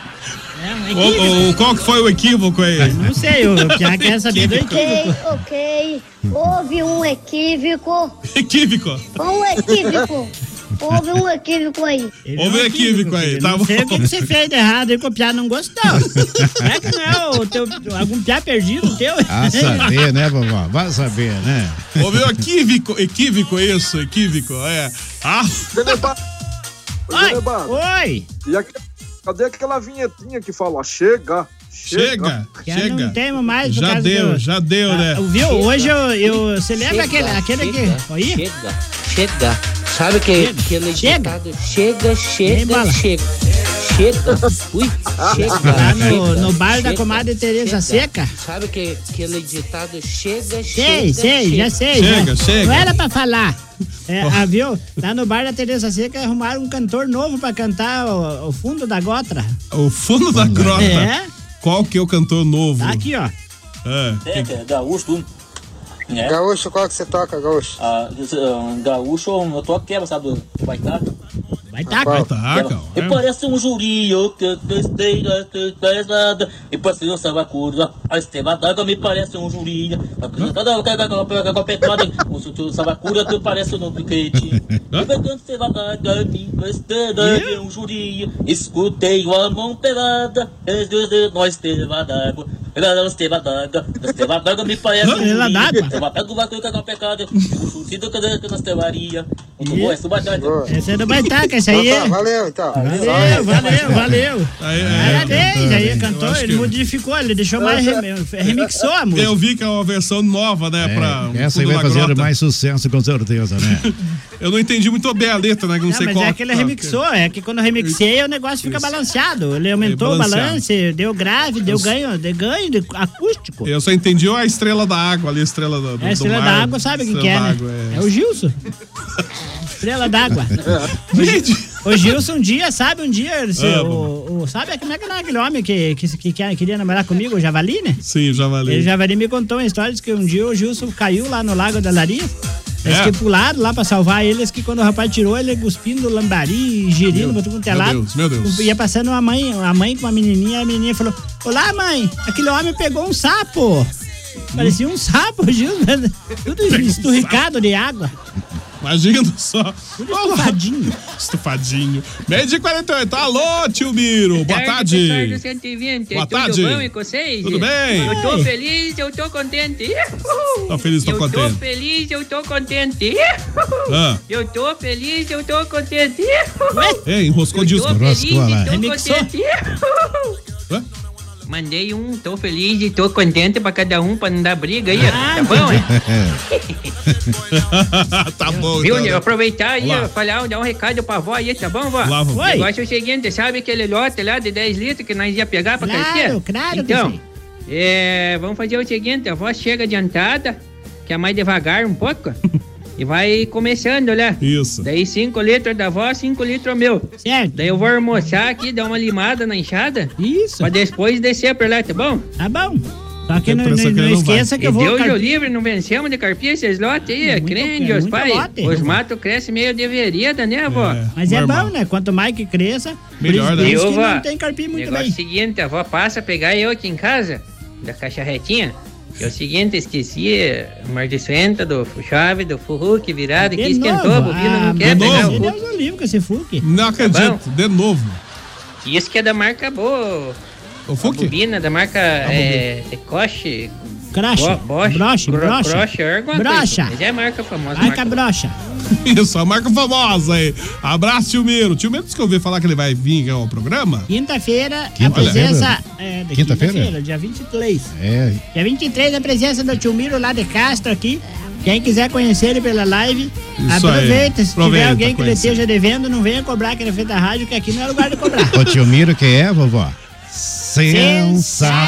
Q: É, um
C: O, o- qual que foi o equívoco aí?
G: Não sei, é eu já quero saber do
Q: Ok,
G: equívoco.
Q: ok. Houve um equívoco.
C: Equívoco.
Q: Um equívoco. Houve um equívoco aí.
C: Houve
G: é
C: um equívoco aí, tá bom?
G: Sei é o que, que você fez de errado e copiar não gostou. Não é que não é o teu, algum piá perdido teu?
C: Ah,
I: A saber, né, vovó? Vai saber, né?
C: Houve um equívoco, equívoco isso, equívoco, é. Ah,
J: Oi,
G: Oi!
J: E aqui, cadê aquela vinhetinha que fala chega, chega?
C: Chega,
G: Já não temos mais por
C: Já
G: causa
C: deu,
G: do-
C: já deu,
G: Ah,
C: né?
G: Viu?
C: Chega.
G: Hoje eu, eu celebro aquele, aquele que. Aí?
R: Chega, chega. Sabe que, aquele ditado? Chega, chega, chega. Chega. Ui, chega.
G: Lá Tá no,
R: chega,
G: no bar da
R: chega,
G: comadre Tereza Seca.
R: Sabe que aquele ditado? Chega,
G: Sei,
R: chega.
G: sei,
R: chega.
G: já sei. já. Não era pra falar. É, ah, viu? Lá no bar da Tereza Seca arrumaram um cantor novo pra cantar o, o fundo da gotra.
C: O fundo da grota.
G: É?
C: Qual que é o cantor novo?
G: Tá aqui, ó.
C: É, que-
S: gaúcho, né? Gaúcho, qual que você toca, gaúcho? Ah, eh, gaúcho, eu toco quebra, sabe? Do Baitaca.
G: Baitaca?
C: Baitaca,
S: E parece um jurinho que testeira, testeira, e parece um salvacurva. A esteva d'água me parece um jurinho. A pesada pega com a petrada, o sutil salvacurva tu parece um piquete. E pegando esteva d'água, me testeira, é um jurinho. Escutei uma mão pelada, é de nós esteva d'água. Ela esteva d'água, esteva d'água me parece um
G: Ela d'água.
S: jurinho. Esteva d'água vai com a pecada, o sutil um que nós estevaria. Muito bom, é subadante.
G: Esse é do Baitaca, esse aí.
A: tá,
G: é.
S: Valeu, então.
G: Valeu, valeu, valeu.
C: Aí,
G: Parabéns,
C: É, cantor,
G: aí
C: hein? Eu
G: cantou,
C: acho
G: ele
C: que-
G: modificou, ele deixou mais rem- remixou a música.
C: Eu vi que é uma versão nova, né? pra um
I: É, Essa
C: fundo
I: aí vai
C: da
I: fazer
C: grota.
I: mais sucesso, com certeza, né?
C: Eu não entendi muito bem a letra, né? que eu Não,
G: Não,
C: sei
G: mas
C: qual.
G: é que ele remixou, é que quando eu remixei o negócio fica balanceado. Ele aumentou o
C: balanceado.
G: balance, deu grave, deu ganho, deu ganho de acústico.
C: Eu só entendi a estrela da água ali, a estrela do, do
G: É, estrela
C: mar.
G: da água, sabe quem que é,
C: Estrela da
G: né?
C: água,
G: É o Gilson. Estrela d'água. O, o Gilson um dia, sabe, um dia, se- o, o- sabe como é que não é aquele homem que, que, que quer- queria namorar comigo, o Javali, né?
C: Sim, o Javali.
G: Ele, o Javali me contou uma história de que um dia o Gilson caiu lá no Lago da Laria Eles
C: É.
G: que pularam lá pra salvar eles, que quando o rapaz tirou, ele cuspindo lambari, girindo, botou com
C: Meu
G: telado.
C: Deus, meu Deus.
G: é Ia passando uma mãe, uma mãe com uma menininha, a menininha falou: Olá, mãe, aquele homem pegou um sapo. Parecia um sapo, Gil, tudo
C: um
G: esturricado de água.
C: Imagina só.
G: Estufadinho.
C: Estufadinho. Meio de 48. Alô, tio Miro. Boa tarde.
T: Tarde, 120.
C: Boa
T: Tudo
C: tarde.
T: bom e com vocês?
C: Tudo bem.
T: Eu tô
C: Oi.
T: feliz, eu tô contente. Uhul.
C: Tá feliz, tá
T: eu Eu
C: contente.
T: tô feliz, eu tô contente. Uhul.
C: Ah.
T: Eu tô feliz, eu tô contente. Uhul.
C: Ei, enroscou o
T: Eu
C: disco.
T: tô feliz então. e tô contente. Uhul.
C: Hã?
T: Mandei um, tô feliz e tô contente pra cada um, pra não dar briga aí.
C: Ah,
T: tá bom, hein?
C: tá bom,
T: Viu,
C: então,
T: né?
C: né?
T: Eu aproveitar aí,
C: Olá.
T: ó, falar, dar um recado pra avó aí, tá bom, vó?
C: Lá, vó.
T: O negócio é o seguinte, sabe aquele lote lá de 10 litros que nós ia pegar pra
G: Claro,
T: crescer?
G: claro,
T: Então,
G: Luizinho.
T: é, vamos fazer o seguinte, a avó chega adiantada, que é mais devagar um pouco, e vai começando, né?
C: Isso.
T: Daí 5 litros da avó, 5 litros meu.
G: Certo.
T: Daí eu vou almoçar aqui, dar uma limada na enxada.
G: Isso.
T: Pra depois descer pra lá, tá bom?
G: Tá bom. Só que não, não,
T: Impressão que
G: não
T: ele não
G: esqueça
T: vai.
G: que eu vou.
T: E Deus
G: car-
T: o livre, não vencemos de carpia esses lotes aí, crende,
G: é
T: os
G: muito
T: pais.
G: lote.
T: Os matos crescem meio de vereda, né, avó?
G: Mas é bom, né? Quanto mais que cresça,
C: né?
G: por
T: E
G: isso- por
T: eu,
G: isso que
T: vó,
G: não tem carpim muito
T: negócio
G: bem.
T: seguinte, a avó passa a pegar eu aqui em casa, da caixa retinha. É o seguinte, esqueci eh, a mardiçoenta do chave, do furruque virado, que
G: De
T: esquentou, a
G: novo?
T: bobina
G: Ah,
T: não quer pegar o Tá
G: Deus o livre com esse Fuque.
C: Não
T: acredito,
C: de novo.
T: Isso que é da marca boa.
C: O
T: A bobina da marca é, é Coche.
G: Cracha.
T: Bo- Bosch,
G: Broche,
T: Gro-
G: brocha.
T: Brocha, alguma coisa.
G: Brocha.
T: Mas é marca famosa.
G: Marca brocha.
C: Isso, a marca famosa aí. Abraço, tio Miro. Tio Miro disse que eu ouvi falar que ele vai vir ao programa.
G: Quinta-feira, a
C: Quinta-feira?
G: presença. É, da
C: Quinta-feira?
G: quinta-feira, dia 23.
C: É.
G: Dia 23, a né, presença do tio Miro lá de Castro aqui. Quem quiser conhecer ele pela live,
I: Isso aí.
G: aproveita. Se tiver
I: Aproveita,
G: alguém que ele
I: conhecer.
G: esteja devendo, não venha cobrar aqui na frente da rádio, que aqui não é lugar de cobrar.
I: Ô tio Miro, quem é, vovó?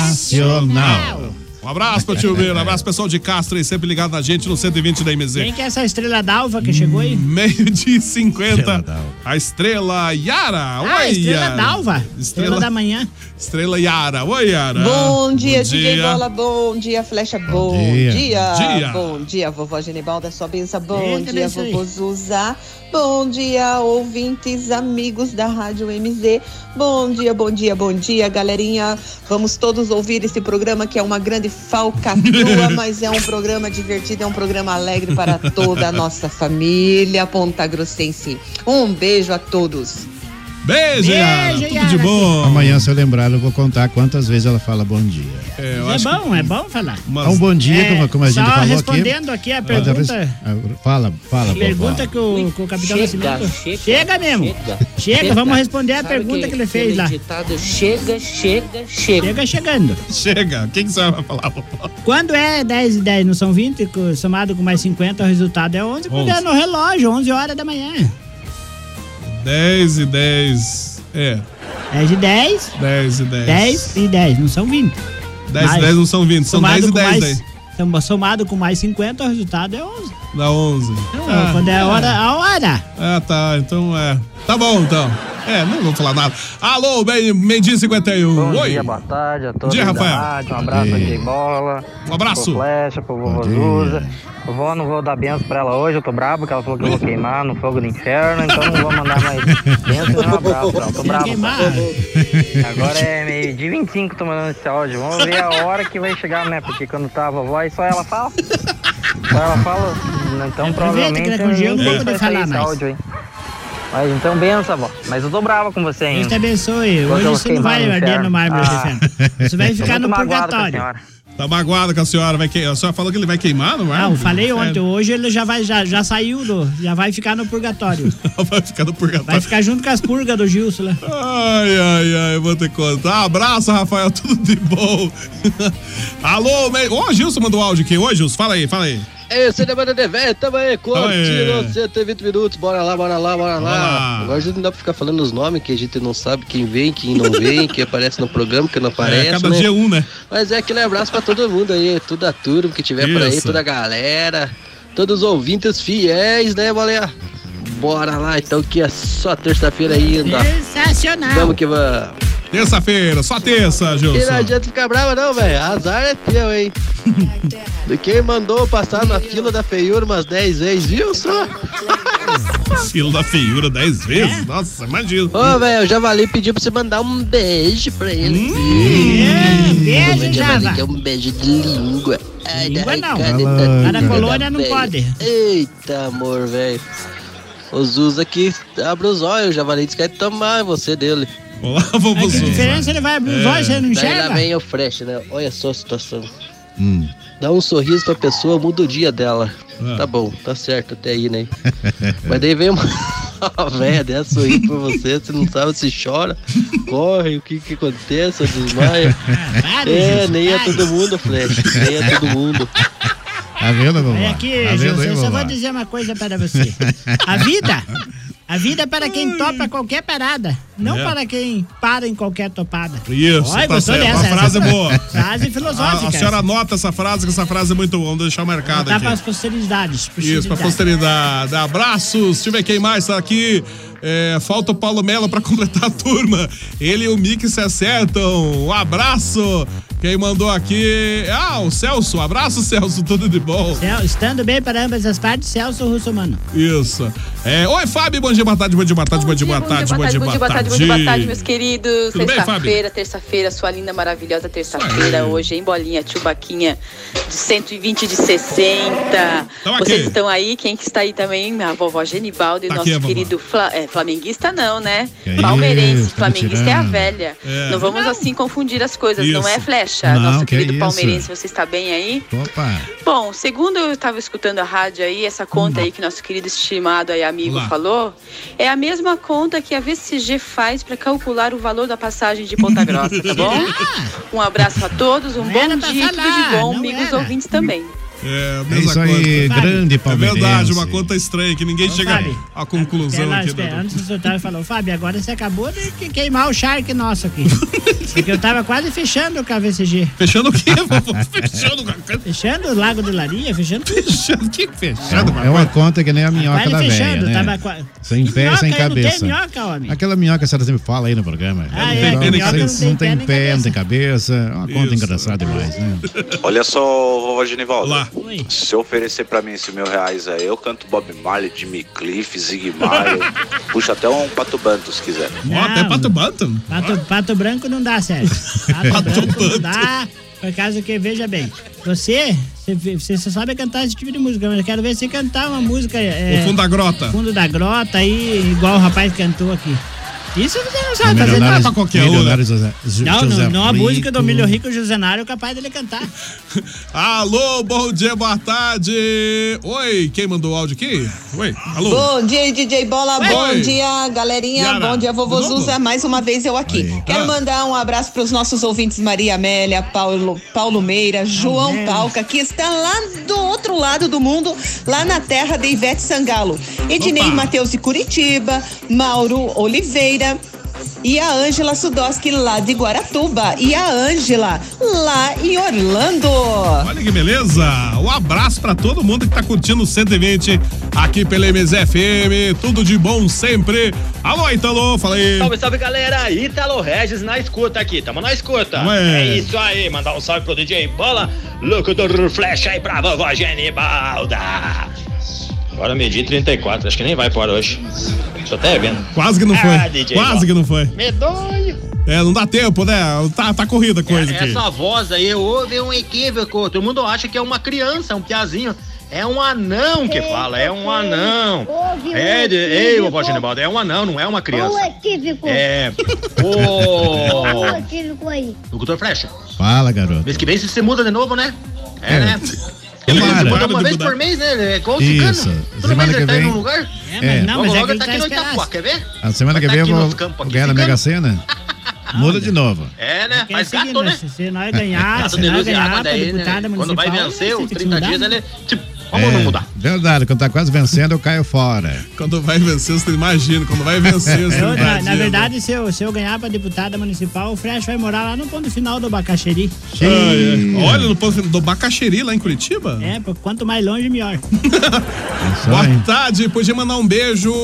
I: Sensacional.
C: Um abraço pro tio Miro. Um abraço, pessoal de Castro aí, sempre ligado na gente no 120 da MZ.
G: Quem que é essa estrela d'alva que chegou aí?
C: Meio de 50. A estrela Yara. Oi,
G: Ah, estrela
C: Yara.
G: d'alva. Estrela
C: Estrela,
G: da manhã.
C: estrela Yara. Oi, Yara.
U: Bom dia, DJ Bola, bom dia, Flecha, bom,
C: dia.
U: dia.
C: Dia.
U: Bom dia, vovó Genibalda, sua benção, bom
V: Eita,
U: dia,
V: benção aí.
U: vovô Zuzá, bom dia, ouvintes, amigos da Rádio MZ, bom dia, bom dia, bom dia, galerinha, vamos todos ouvir esse programa que é uma grande falcatrua, mas é um programa divertido, é um programa alegre para toda a nossa família Ponta Grossense. Um beijo a todos.
C: Beijo,
U: Yara. Beijo, Tudo de Yara. bom.
I: Amanhã, se eu lembrar, eu vou contar quantas vezes ela fala bom dia.
C: É,
G: É bom, é bom falar.
I: Então,
R: um
I: bom dia, como- como a gente
G: É, só
I: falou aqui.
G: respondendo aqui a
I: Outra vez-
G: pergunta.
I: Ah, Fala, fala, vovó.
G: Pergunta que o, que o capitão
R: Chega,
G: Nascimento. Chega,
R: chega,
G: mesmo. Chega,
R: chega.
G: vamos responder a
R: Sabe
G: pergunta que,
R: aquele-
G: ele fez
R: aquele
G: lá.
R: ditado, chega, chega, chega.
G: Chega chegando.
C: Chega. O que, que você vai falar, vovó?
G: Quando é 10 e 10, não são 20, co- somado com mais 50, o resultado é 11. Quando é
C: 11.
G: no relógio, 11 horas da manhã.
C: 10 e 10. É.
G: 10 e 10.
C: 10 e 10.
G: 10 e 10, não são 20.
C: 10 É. e 10 não são 20, são 10 e 10
G: daí.
C: daí.
G: Somado com mais 50, o resultado é 11.
C: Dá 11.
G: Então, quando é a hora, a hora.
C: Ah, tá. Então é. Tá bom, então. É, não vou falar nada. Alô, Ben- Mendy 51.
W: Bom
C: Oi.
W: dia, boa tarde a todos
C: Dia,
W: da
C: Rafael.
W: rádio. Um abraço
C: Bom dia.
W: aqui, bola.
C: Um abraço.
W: Pro Flecha, pro vovô Zuza. Vó, não vou dar benção pra ela hoje, eu tô brabo, porque ela falou que eu vou queimar no fogo do inferno, então não vou mandar mais benção e um abraço pra ela. Tô brabo. Agora é meio dia 25 tô mandando esse áudio. Vamos ver a hora que vai chegar, né? Porque quando tá a vovó, aí só ela fala. Só ela fala. Então provavelmente.
G: que ela congela, não vou
W: ninguém
G: poder
W: vai sair
G: falar
W: esse
G: mais.
W: áudio, hein? Mas então benção, vó. Mas eu tô bravo com você, hein?
G: Deus te abençoe.
W: Quando eu
G: Hoje você não
W: queimar
G: vai
W: no
G: arder
W: inferno.
G: no mar, meu
W: Ah.
G: defendo. Você vai
W: Tô
G: ficar no
W: muito magoado com a
G: purgatório.
W: senhora.
C: Tá magoado com a senhora. Vai que... A senhora falou que ele vai queimar, não é?
G: Não, Ah, falei ontem. Hoje ele já, vai, já, já saiu do. Já vai ficar no purgatório.
C: vai ficar no purgatório.
G: Vai ficar junto com as purgas do Gilson né? lá.
C: Ai, ai, ai, eu vou ter que contar. Abraço, Rafael, tudo de bom. Alô, me... Ô, Gilson mandou áudio aqui. Ô, Gilson, fala aí, fala aí.
X: Ei, É, você demanda de velho, tamo aí,
C: Tamo aí.
X: curtindo 120 minutos, bora lá, bora lá, bora
C: lá.
X: Agora já não dá pra ficar falando os nomes, que a gente não sabe quem vem, quem não vem, quem aparece no programa, quem não aparece,
C: é, cada
X: né?
C: dia um, né?
X: Mas é aquele abraço pra todo mundo aí, toda a turma que tiver por aí,
C: Isso.
X: toda a galera, todos os ouvintes fiéis, né, Baleia? Bora lá, então, que é só terça-feira ainda.
G: Sensacional.
X: Vamos Ah. que vamos.
C: Terça-feira, só terça,
X: E não
C: Gilson.
X: adianta ficar brava não, velho. Azar é teu, hein? De quem mandou passar na fila da feiura umas 10 vezes, viu só?
C: Filo da feiura dez
G: É?
C: vezes? Nossa, imagina.
X: Ô, velho, o Javali pediu pra você mandar um beijo pra ele.
G: Hum, beijo,
X: Ô,
G: Java.
X: Javali, que é um beijo de língua. Ai,
G: Língua
X: ai,
G: não.
X: cara,
G: Fala,
X: tá
G: cara.
X: linda,
G: colônia não
X: velho.
G: pode.
X: Eita, amor, velho. O Zuz aqui abre os olhos, o Javali disse que vai tomar você dele.
C: Olá, vamos
X: Zuz.
G: diferença ele vai abrir
C: É.
G: os olhos, você não
X: Daí
G: enxerga? Hum.
X: lá vem o fresh, né? Olha só a situação. Dá um sorriso pra pessoa, muda o dia dela. Ah. Tá bom, tá certo até aí, né?
I: É.
X: Mas daí vem uma uma véia dessa sorrir pra você, você não sabe se chora, corre, o que que acontece, ou desmaia.
G: para,
X: É,
G: Jesus,
X: nem é
G: para.
X: todo mundo, Flash, nem é todo mundo.
I: Tá vendo, vovó?
X: É
G: Aqui,
I: tá vendo,
G: José,
I: hein,
G: eu só
I: vovó?
G: vou dizer uma coisa para você. A vida, a vida é para quem topa qualquer parada, não
C: É.
G: para quem para em qualquer topada.
C: Isso,
G: Olha,
C: tá
G: gostou
C: certo.
G: dessa,
C: Uma frase
G: essa-
C: boa.
G: Frase filosófica.
C: A, a senhora anota essa frase, que essa frase é muito boa. Vamos deixar marcada
G: Dá
C: aqui.
G: para as posteridades.
C: Isso, pra posteridade. Abraços. Deixa eu ver quem mais tá aqui. É, falta o Paulo Mello pra completar a turma. Ele e o Mick se acertam. Um abraço. Quem mandou aqui? Ah, o Celso. Abraço, Celso. Tudo de bom.
G: Cel- Estando bem para ambas as partes, Celso Russomano.
C: Isso. É, oi, Fábio. Bom dia, boa tarde, bom dia, boa tarde, bom dia, boa tarde,
Y: Boa tarde, bom dia, boa tarde, bom dia, boa tarde, meus queridos.
C: Tudo bem,
Y: Terça-feira, terça-feira, sua linda, maravilhosa terça-feira hoje, hein, bolinha, chubaquinha de 120 de 60.
D: Tamo
Y: Vocês
D: aqui.
Y: estão aí, quem que está aí também? A vovó Genibaldo e
D: Tá
Y: nosso
D: aqui, a vovó.
Y: querido fla- é, flamenguista não, né?
D: Que isso,
Y: Palmeirense,
D: tá me
Y: flamenguista é a
D: tirando.
Y: velha.
D: É.
Y: Não vamos assim confundir as coisas, não
D: Isso.
Y: é flecha?
D: Não,
Y: nosso
D: que
Y: querido
D: isso.
Y: palmeirense, você está bem aí?
I: Opa.
Y: Bom, segundo eu estava escutando a rádio aí, essa conta aí que nosso querido estimado aí amigo
D: Lá.
Y: falou, é a mesma conta que a VCG faz para calcular o valor da passagem de Ponta Grossa, tá bom? Um abraço a todos, um bom dia, e tudo de bom, amigos ouvintes também.
C: É,
I: É isso aí, grande
C: É
I: palmeirense.
C: verdade, uma conta estranha que ninguém chega
I: Fábio. É
C: à conclusão
G: Pela,
C: aqui.
G: espera,
C: Da...
G: é, antes do seu Otávio falou, Fábio, agora você acabou de que- queimar o shark nosso aqui. Porque eu tava quase fechando o KVCG.
C: Fechando o quê, vovô? Fechando o
G: Fechando o Lago de Laria, fechando tudo.
C: Fechando, o que fechando?
I: É uma conta que nem a minhoca
G: Tá Quase
I: da velha,
G: fechando,
I: né?
G: tava quase...
I: Sem pé, sem
G: Minhoca, não tem
I: cabeça.
G: minhoca, homem.
I: Aquela minhoca que a senhora sempre fala aí no programa.
G: Ah,
I: Não
G: é,
I: tem-
G: que minhoca
I: não,
G: não
I: tem,
G: tem
I: não
G: pé
I: tem
G: nem
I: pé, não tem cabeça. É uma conta engraçada demais, né?
E: Olha só, vovó Genivaldo.
C: Lá.
E: Se eu oferecer pra mim esses mil reais aí, eu canto Bob Marley, Jimmy Cliff, Zig Marley. puxa até um Pato Banto, se quiser.
G: Ó, até Pato
C: Banto?
G: Pato, pato branco não dá, Sérgio. Pato, branco não dá, por causa que, veja bem, você, você, você só sabe cantar esse tipo de música, mas eu quero ver você cantar uma música... É,
C: O Fundo da Grota.
G: Fundo da Grota, aí, igual o rapaz cantou aqui. Isso você não sabe fazer, não é
I: Milionários-
G: pra qualquer um. né?
I: Milionários José- Jo-
G: Não,
I: José
G: não, não a
I: Rico.
G: música do Milho Rico Josenário é capaz dele cantar.
C: Alô, bom dia, boa tarde. Oi, quem mandou o áudio aqui? Oi, alô.
U: Bom dia, DJ Bola.
C: Oi.
U: Bom dia, galerinha.
C: Yara,
U: Bom dia, vovô
C: de novo?
U: Zuza. Mais uma vez eu aqui. Quero
C: tá.
U: mandar um abraço para os nossos ouvintes Maria Amélia, Paulo, Paulo Meira, João Palca, que está lá do outro lado do mundo, lá na terra de Ivete Sangalo. Ednei Matheus de Curitiba, Mauro Oliveira. E a Ângela Sudoski lá de Guaratuba. E a Ângela lá em Orlando.
C: Olha que beleza! Um abraço pra todo mundo que tá curtindo o 120 aqui pela MZFM. Tudo de bom sempre. Alô, Italo, fala aí.
V: Salve, salve galera, Ítalo Regis na escuta aqui, tamo na escuta.
C: Tamo aí.
V: É isso aí, mandar um salve pro DJ Bola, locutor Flecha aí pra vovó Genibalda. Agora medi 34, acho que nem vai para hoje. Tô até vendo.
C: Quase que não foi.
V: Ah, DJ
C: Quase
V: Bola.
C: que não foi.
V: Medonho.
C: É, não dá tempo, né? Tá, tá corrida a coisa aqui.
V: Essa voz aí, houve um equívoco. Todo mundo acha que é uma criança, um piazinho. É um anão que fala, é um anão.
Q: Houve um
V: É, de- ei,
Q: equívoco.
V: vovó Genibaldo, é um anão, não é uma
Q: Ô,
V: criança.
Q: um equívoco.
V: É. Ô.
Q: Ô, equívoco aí.
V: Locutor Flecha.
I: Fala, garoto.
V: Mês que vem se você muda de novo, né? É,
I: É.
V: né? Ele se muda uma vez por mês, né? É igual o
I: Isso.
V: cigano. Toda
I: Semana
V: vez
I: que
V: ele tá
I: vem-
V: em um lugar.
I: É, mas É. não, mas é
V: logo, logo
I: que ele
V: tá
I: tá
V: aqui no
I: esperando.
V: Itapuá, quer ver?
I: A semana que
V: Tá
I: vem eu
V: aqui
I: vou
V: nos campos aqui,
I: ganhar na
V: ficando.
I: Mega Sena. Muda de novo.
V: É, né? Faz
G: Seguindo,
V: gato, né?
G: Se nós ganhar,
V: Gato
G: se
V: de
G: nós
V: luz e água
G: ganhar pra
V: daí, né?
G: deputada
V: Quando vai
G: municipal,
V: vencer
G: você
V: os
G: tem que
V: 30
G: mudar,
V: dias,
G: né?
V: ele... tipo,
I: Vamos mudar. É, Verdade, quando tá quase vencendo, eu caio fora.
C: Quando vai vencer, você imagina. Quando vai vencer, você
G: Eu, na, na
C: imagina.
G: verdade, se eu, se eu ganhar pra deputada municipal, o Fresh vai morar lá no ponto final do Abacaxeri.
C: Ai, ai. Olha, no posto do Bacaxeri, lá em Curitiba.
G: É, pô, quanto mais longe, melhor.
C: Boa tarde, podia mandar um beijo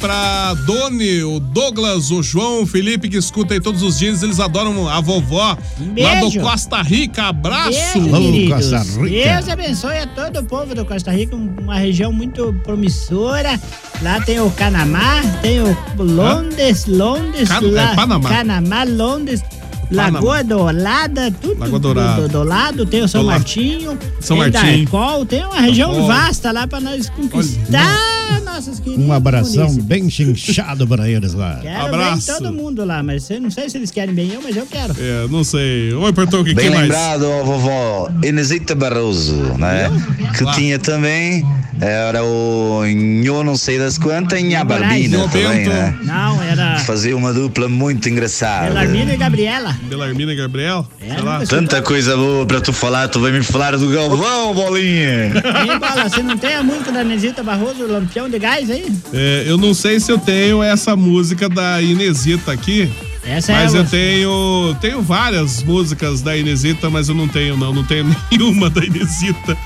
C: pra Doni, o Douglas, o João, o Felipe, que escuta aí todos os dias. Eles adoram a vovó lá do
G: Um Beijo.
C: Costa Rica. Abraço!
G: Beijo, queridos. Deus abençoe a todo o povo do Costa Rica, um- uma região muito promissora. Lá tem o Canamá, tem o Londres, Londres,
C: Can- é
G: lá-
C: Panamá.
G: Canamá, Londres,
C: Panamá.
G: Lagoa Dourada, tudo
C: Lagoa Dourada.
G: Do, do lado, tem o São
C: Dourada.
G: Martinho,
C: São
G: tem
C: Martinho.
G: Darcol, tem uma região
I: Darcol.
G: vasta lá pra nós conquistar nossas queridas.
I: Um abração
G: munícipes.
I: bem chinchado pra eles lá.
G: Quero
I: Abraço.
G: bem todo mundo lá, mas eu não sei se eles querem bem eu, mas eu quero.
C: É, não sei. Oi, Portão, o que, que
M: Bem
C: mais?
M: lembrado, ó, vovó Inesita Barroso, né? Que tinha também, eh, era o Nho não sei das quantas e a Barbina também, né?
G: Não, era
M: Fazia uma dupla muito engraçada.
G: Belarmina É e Gabriela.
C: Belarmina e Gabriel?
G: É,
C: Sei lá.
M: Tanta coisa boa pra tu falar, tu vai me falar do Galvão, bolinha.
G: Ei, bola, você não tem a música da Nesita Barroso, Lampião de Gás aí?
C: É, eu não sei se eu tenho essa música da Inesita aqui.
G: Essa é
C: mas
G: a-
C: eu tenho. Tenho várias músicas da Inesita, mas eu não tenho, não. Não tenho nenhuma da Inesita.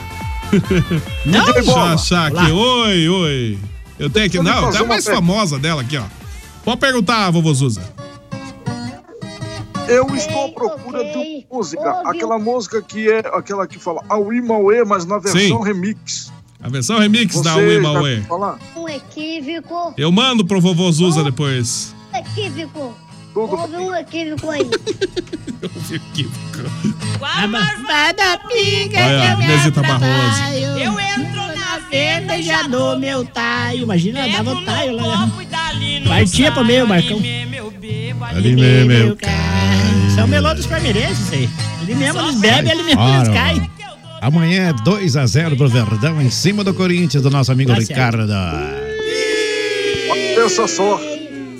B: Não,
C: Deixa eu
B: Bola.
C: achar aqui.
B: Lá.
C: Oi, oi. Eu tenho
B: Deixa
C: aqui.
B: eu lhe
C: Não,
B: fazer
C: tá a
B: uma
C: mais
B: pergunta.
C: famosa dela aqui, ó. Pode perguntar, vovô Zuza.
J: Eu estou à procura de música, aquela música que é aquela que fala Aui Mauê, mas na versão
C: Sim.
J: remix.
C: A versão remix da
J: Você
C: Ui
J: já
C: Mauê.
J: ouviu falar?
Q: Um equívoco,
C: Eu mando pro vovô Zuza depois.
Q: um equívoco. Houve um equívoco aí.
G: Amada pinga
C: Olha,
G: que eu me
C: Inesita
G: atrapalho.
B: Barroso.
G: Eu entro na venda e já dou meu taio. Imagina, dava o taio lá. Partia pro meio, Marcão.
I: Ali mesmo, meu.
G: São melô dos palmeirenses aí. Ali mesmo eles bebem, ali mesmo
I: Ora,
G: eles caem.
I: Amanhã é 2x0 pro Verdão em cima do Corinthians, do nosso amigo
J: Tá certo.
I: Ricardo.
J: Vai ter essa sorte.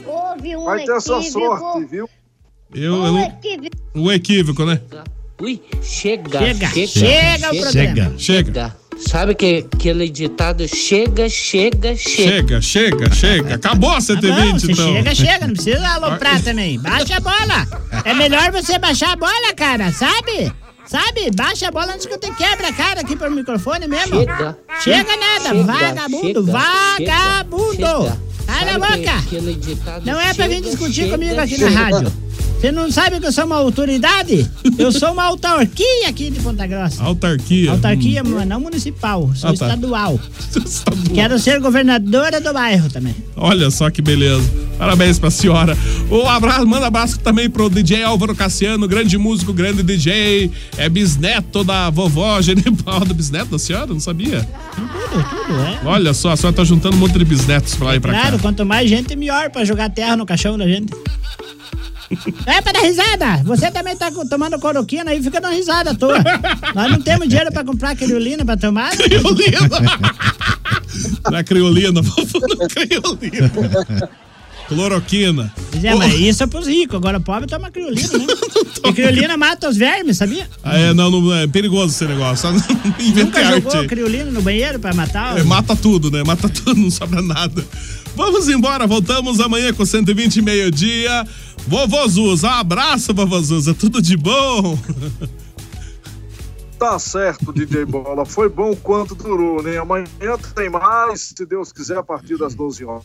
Q: Houve um
J: Vai ter essa
Q: equívoco.
J: sorte, viu?
C: Eu, eu não- O equívoco, né?
R: Ui, chega,
C: Chega,
R: chega,
C: chega o programa. Chega.
R: chega. Sabe que aquele ditado chega, chega, chega.
C: Chega, chega, chega. Acabou a
G: Tá bom,
C: 120,
G: você
C: então.
G: chega, chega, não precisa
C: Ah.
G: aloprar também. Baixa a bola. É melhor você baixar a bola, cara, sabe? Sabe? Baixa a bola antes que eu te quebra, a cara, aqui pro microfone mesmo.
R: Chega.
G: É, Chega nada,
R: Chega,
G: vagabundo,
R: chega,
G: vagabundo.
R: chega.
G: Cala a
R: Sabe que
G: boca.
R: Aquele ditado
G: Não é pra vir
R: chega,
G: discutir
R: chega,
G: comigo aqui
R: chega.
G: na rádio. Você não sabe que eu sou uma autoridade? Eu sou uma autarquia aqui de Ponta Grossa.
C: Autarquia.
G: Autarquia,
C: Hum.
G: mano, não municipal, sou
C: Ah, tá.
G: estadual. Quero ser governadora do bairro também.
C: Olha só que beleza. Parabéns pra senhora. Um abraço, manda abraço também pro DJ Álvaro Cassiano, grande músico, grande DJ. É bisneto da vovó Genibalda. Bisneto da senhora? Não sabia?
G: Tudo, tudo, é.
C: Olha só, a senhora tá juntando um monte de bisnetos pra lá e pra
G: Claro,
C: cá.
G: quanto mais gente, melhor pra jogar terra no caixão da gente. É pra dar risada! Você também tá co- tomando coroquina aí, fica dando risada à toa. Nós não temos dinheiro pra comprar criolina pra tomar.
C: Criolina! Na é criolina, vovó na criolina. Cloroquina.
G: Pois é, mas isso é pros ricos, agora pobre toma criolina, né? E criolina mata os vermes, sabia?
C: Ah, é, não, não, é perigoso esse negócio. Inventa
G: Nunca
C: arte.
G: jogou
C: aí.
G: criolina no banheiro pra matar?
C: É,
G: os-
C: mata tudo, né? Mata tudo, não sobra nada. Vamos embora, voltamos amanhã com 120 e meio-dia. Vovô Zuza, um abraço, vovô Zuza, tudo de bom?
J: Tá certo, DJ Bola. Foi bom o quanto durou, né? Amanhã tem mais, se Deus quiser, a partir das 12 horas.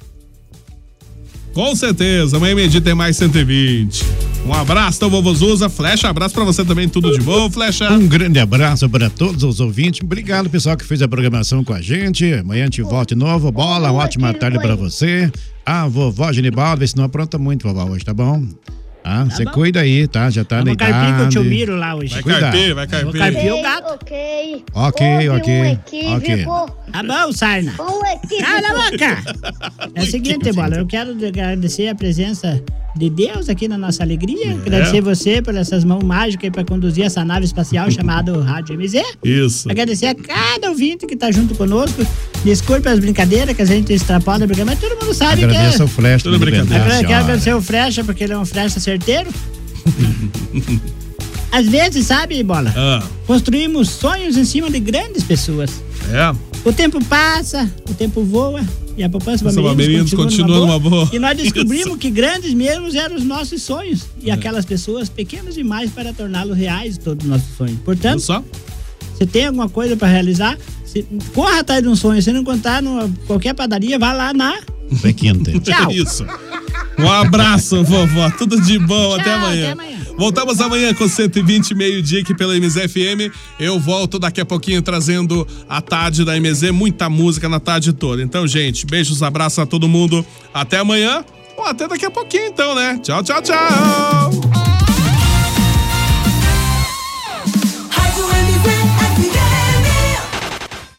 C: Com certeza, amanhã meio-dia tem mais 120. Um abraço, então, vovô Zuza. Flecha, abraço pra você também, tudo de bom, Flecha?
I: Um grande abraço para todos os ouvintes. Obrigado, pessoal, que fez a programação com a gente. Amanhã a gente volta de novo. Bola, uma ótima tarde para você. A vovó Genibaldo, vê se não apronta muito, vovó, hoje, tá bom? Ah, você cuida aí, tá? Já tá
G: Vamos carpir com o
I: deitado.
G: tio Miro lá hoje.
I: Vai Cuidado. carpir,
C: vai
G: Vou carpir o gato.
Q: Ok,
I: Ok, ok, ok.
G: Tá bom, Sarna.
Q: Um equívoco.
G: Cala a boca! É o seguinte, Bola, eu quero agradecer a presença de Deus aqui na nossa
I: É.
G: alegria. Agradecer você por essas mãos mágicas aí pra conduzir essa nave
I: Uhum.
G: espacial chamada Rádio MZ.
C: Isso.
G: Agradecer a cada ouvinte que tá junto conosco. Desculpe as brincadeiras que a gente extrapola, porque- mas todo mundo sabe que
I: Agradeço
G: é...
I: ao Flash.
C: Tudo brincadeira,
I: Libertar a
G: Eu quero
I: senhora.
G: agradecer o Frecha, porque ele é um Frecha certeiro. Às vezes, sabe, Bola?
C: Ah,
I: Ah.
G: Construímos sonhos em cima de grandes pessoas.
C: é.
G: O tempo passa, o tempo voa e a poupança
C: Poupança
G: Bamerindos
C: Bamerindos continua numa boa.
G: E nós descobrimos
C: Isso. É.
G: que grandes mesmos eram os nossos sonhos e aquelas pessoas pequenas demais para torná-los reais todos os nossos sonhos. Portanto, você tem alguma coisa para realizar, se- corra atrás de um sonho. Se não encontrar numa, qualquer padaria, vá lá na
I: Vai quente.
G: Tchau.
C: Isso. Um abraço, vovó. Tudo de bom. até, amanhã. Voltamos amanhã com 120 meio-dia aqui pela MZFM. Eu volto daqui a pouquinho trazendo a tarde da MZ, muita música na tarde toda. Então, gente, beijos, abraços a todo mundo. Até amanhã. Ou até daqui a pouquinho, então, né? Tchau, tchau, tchau.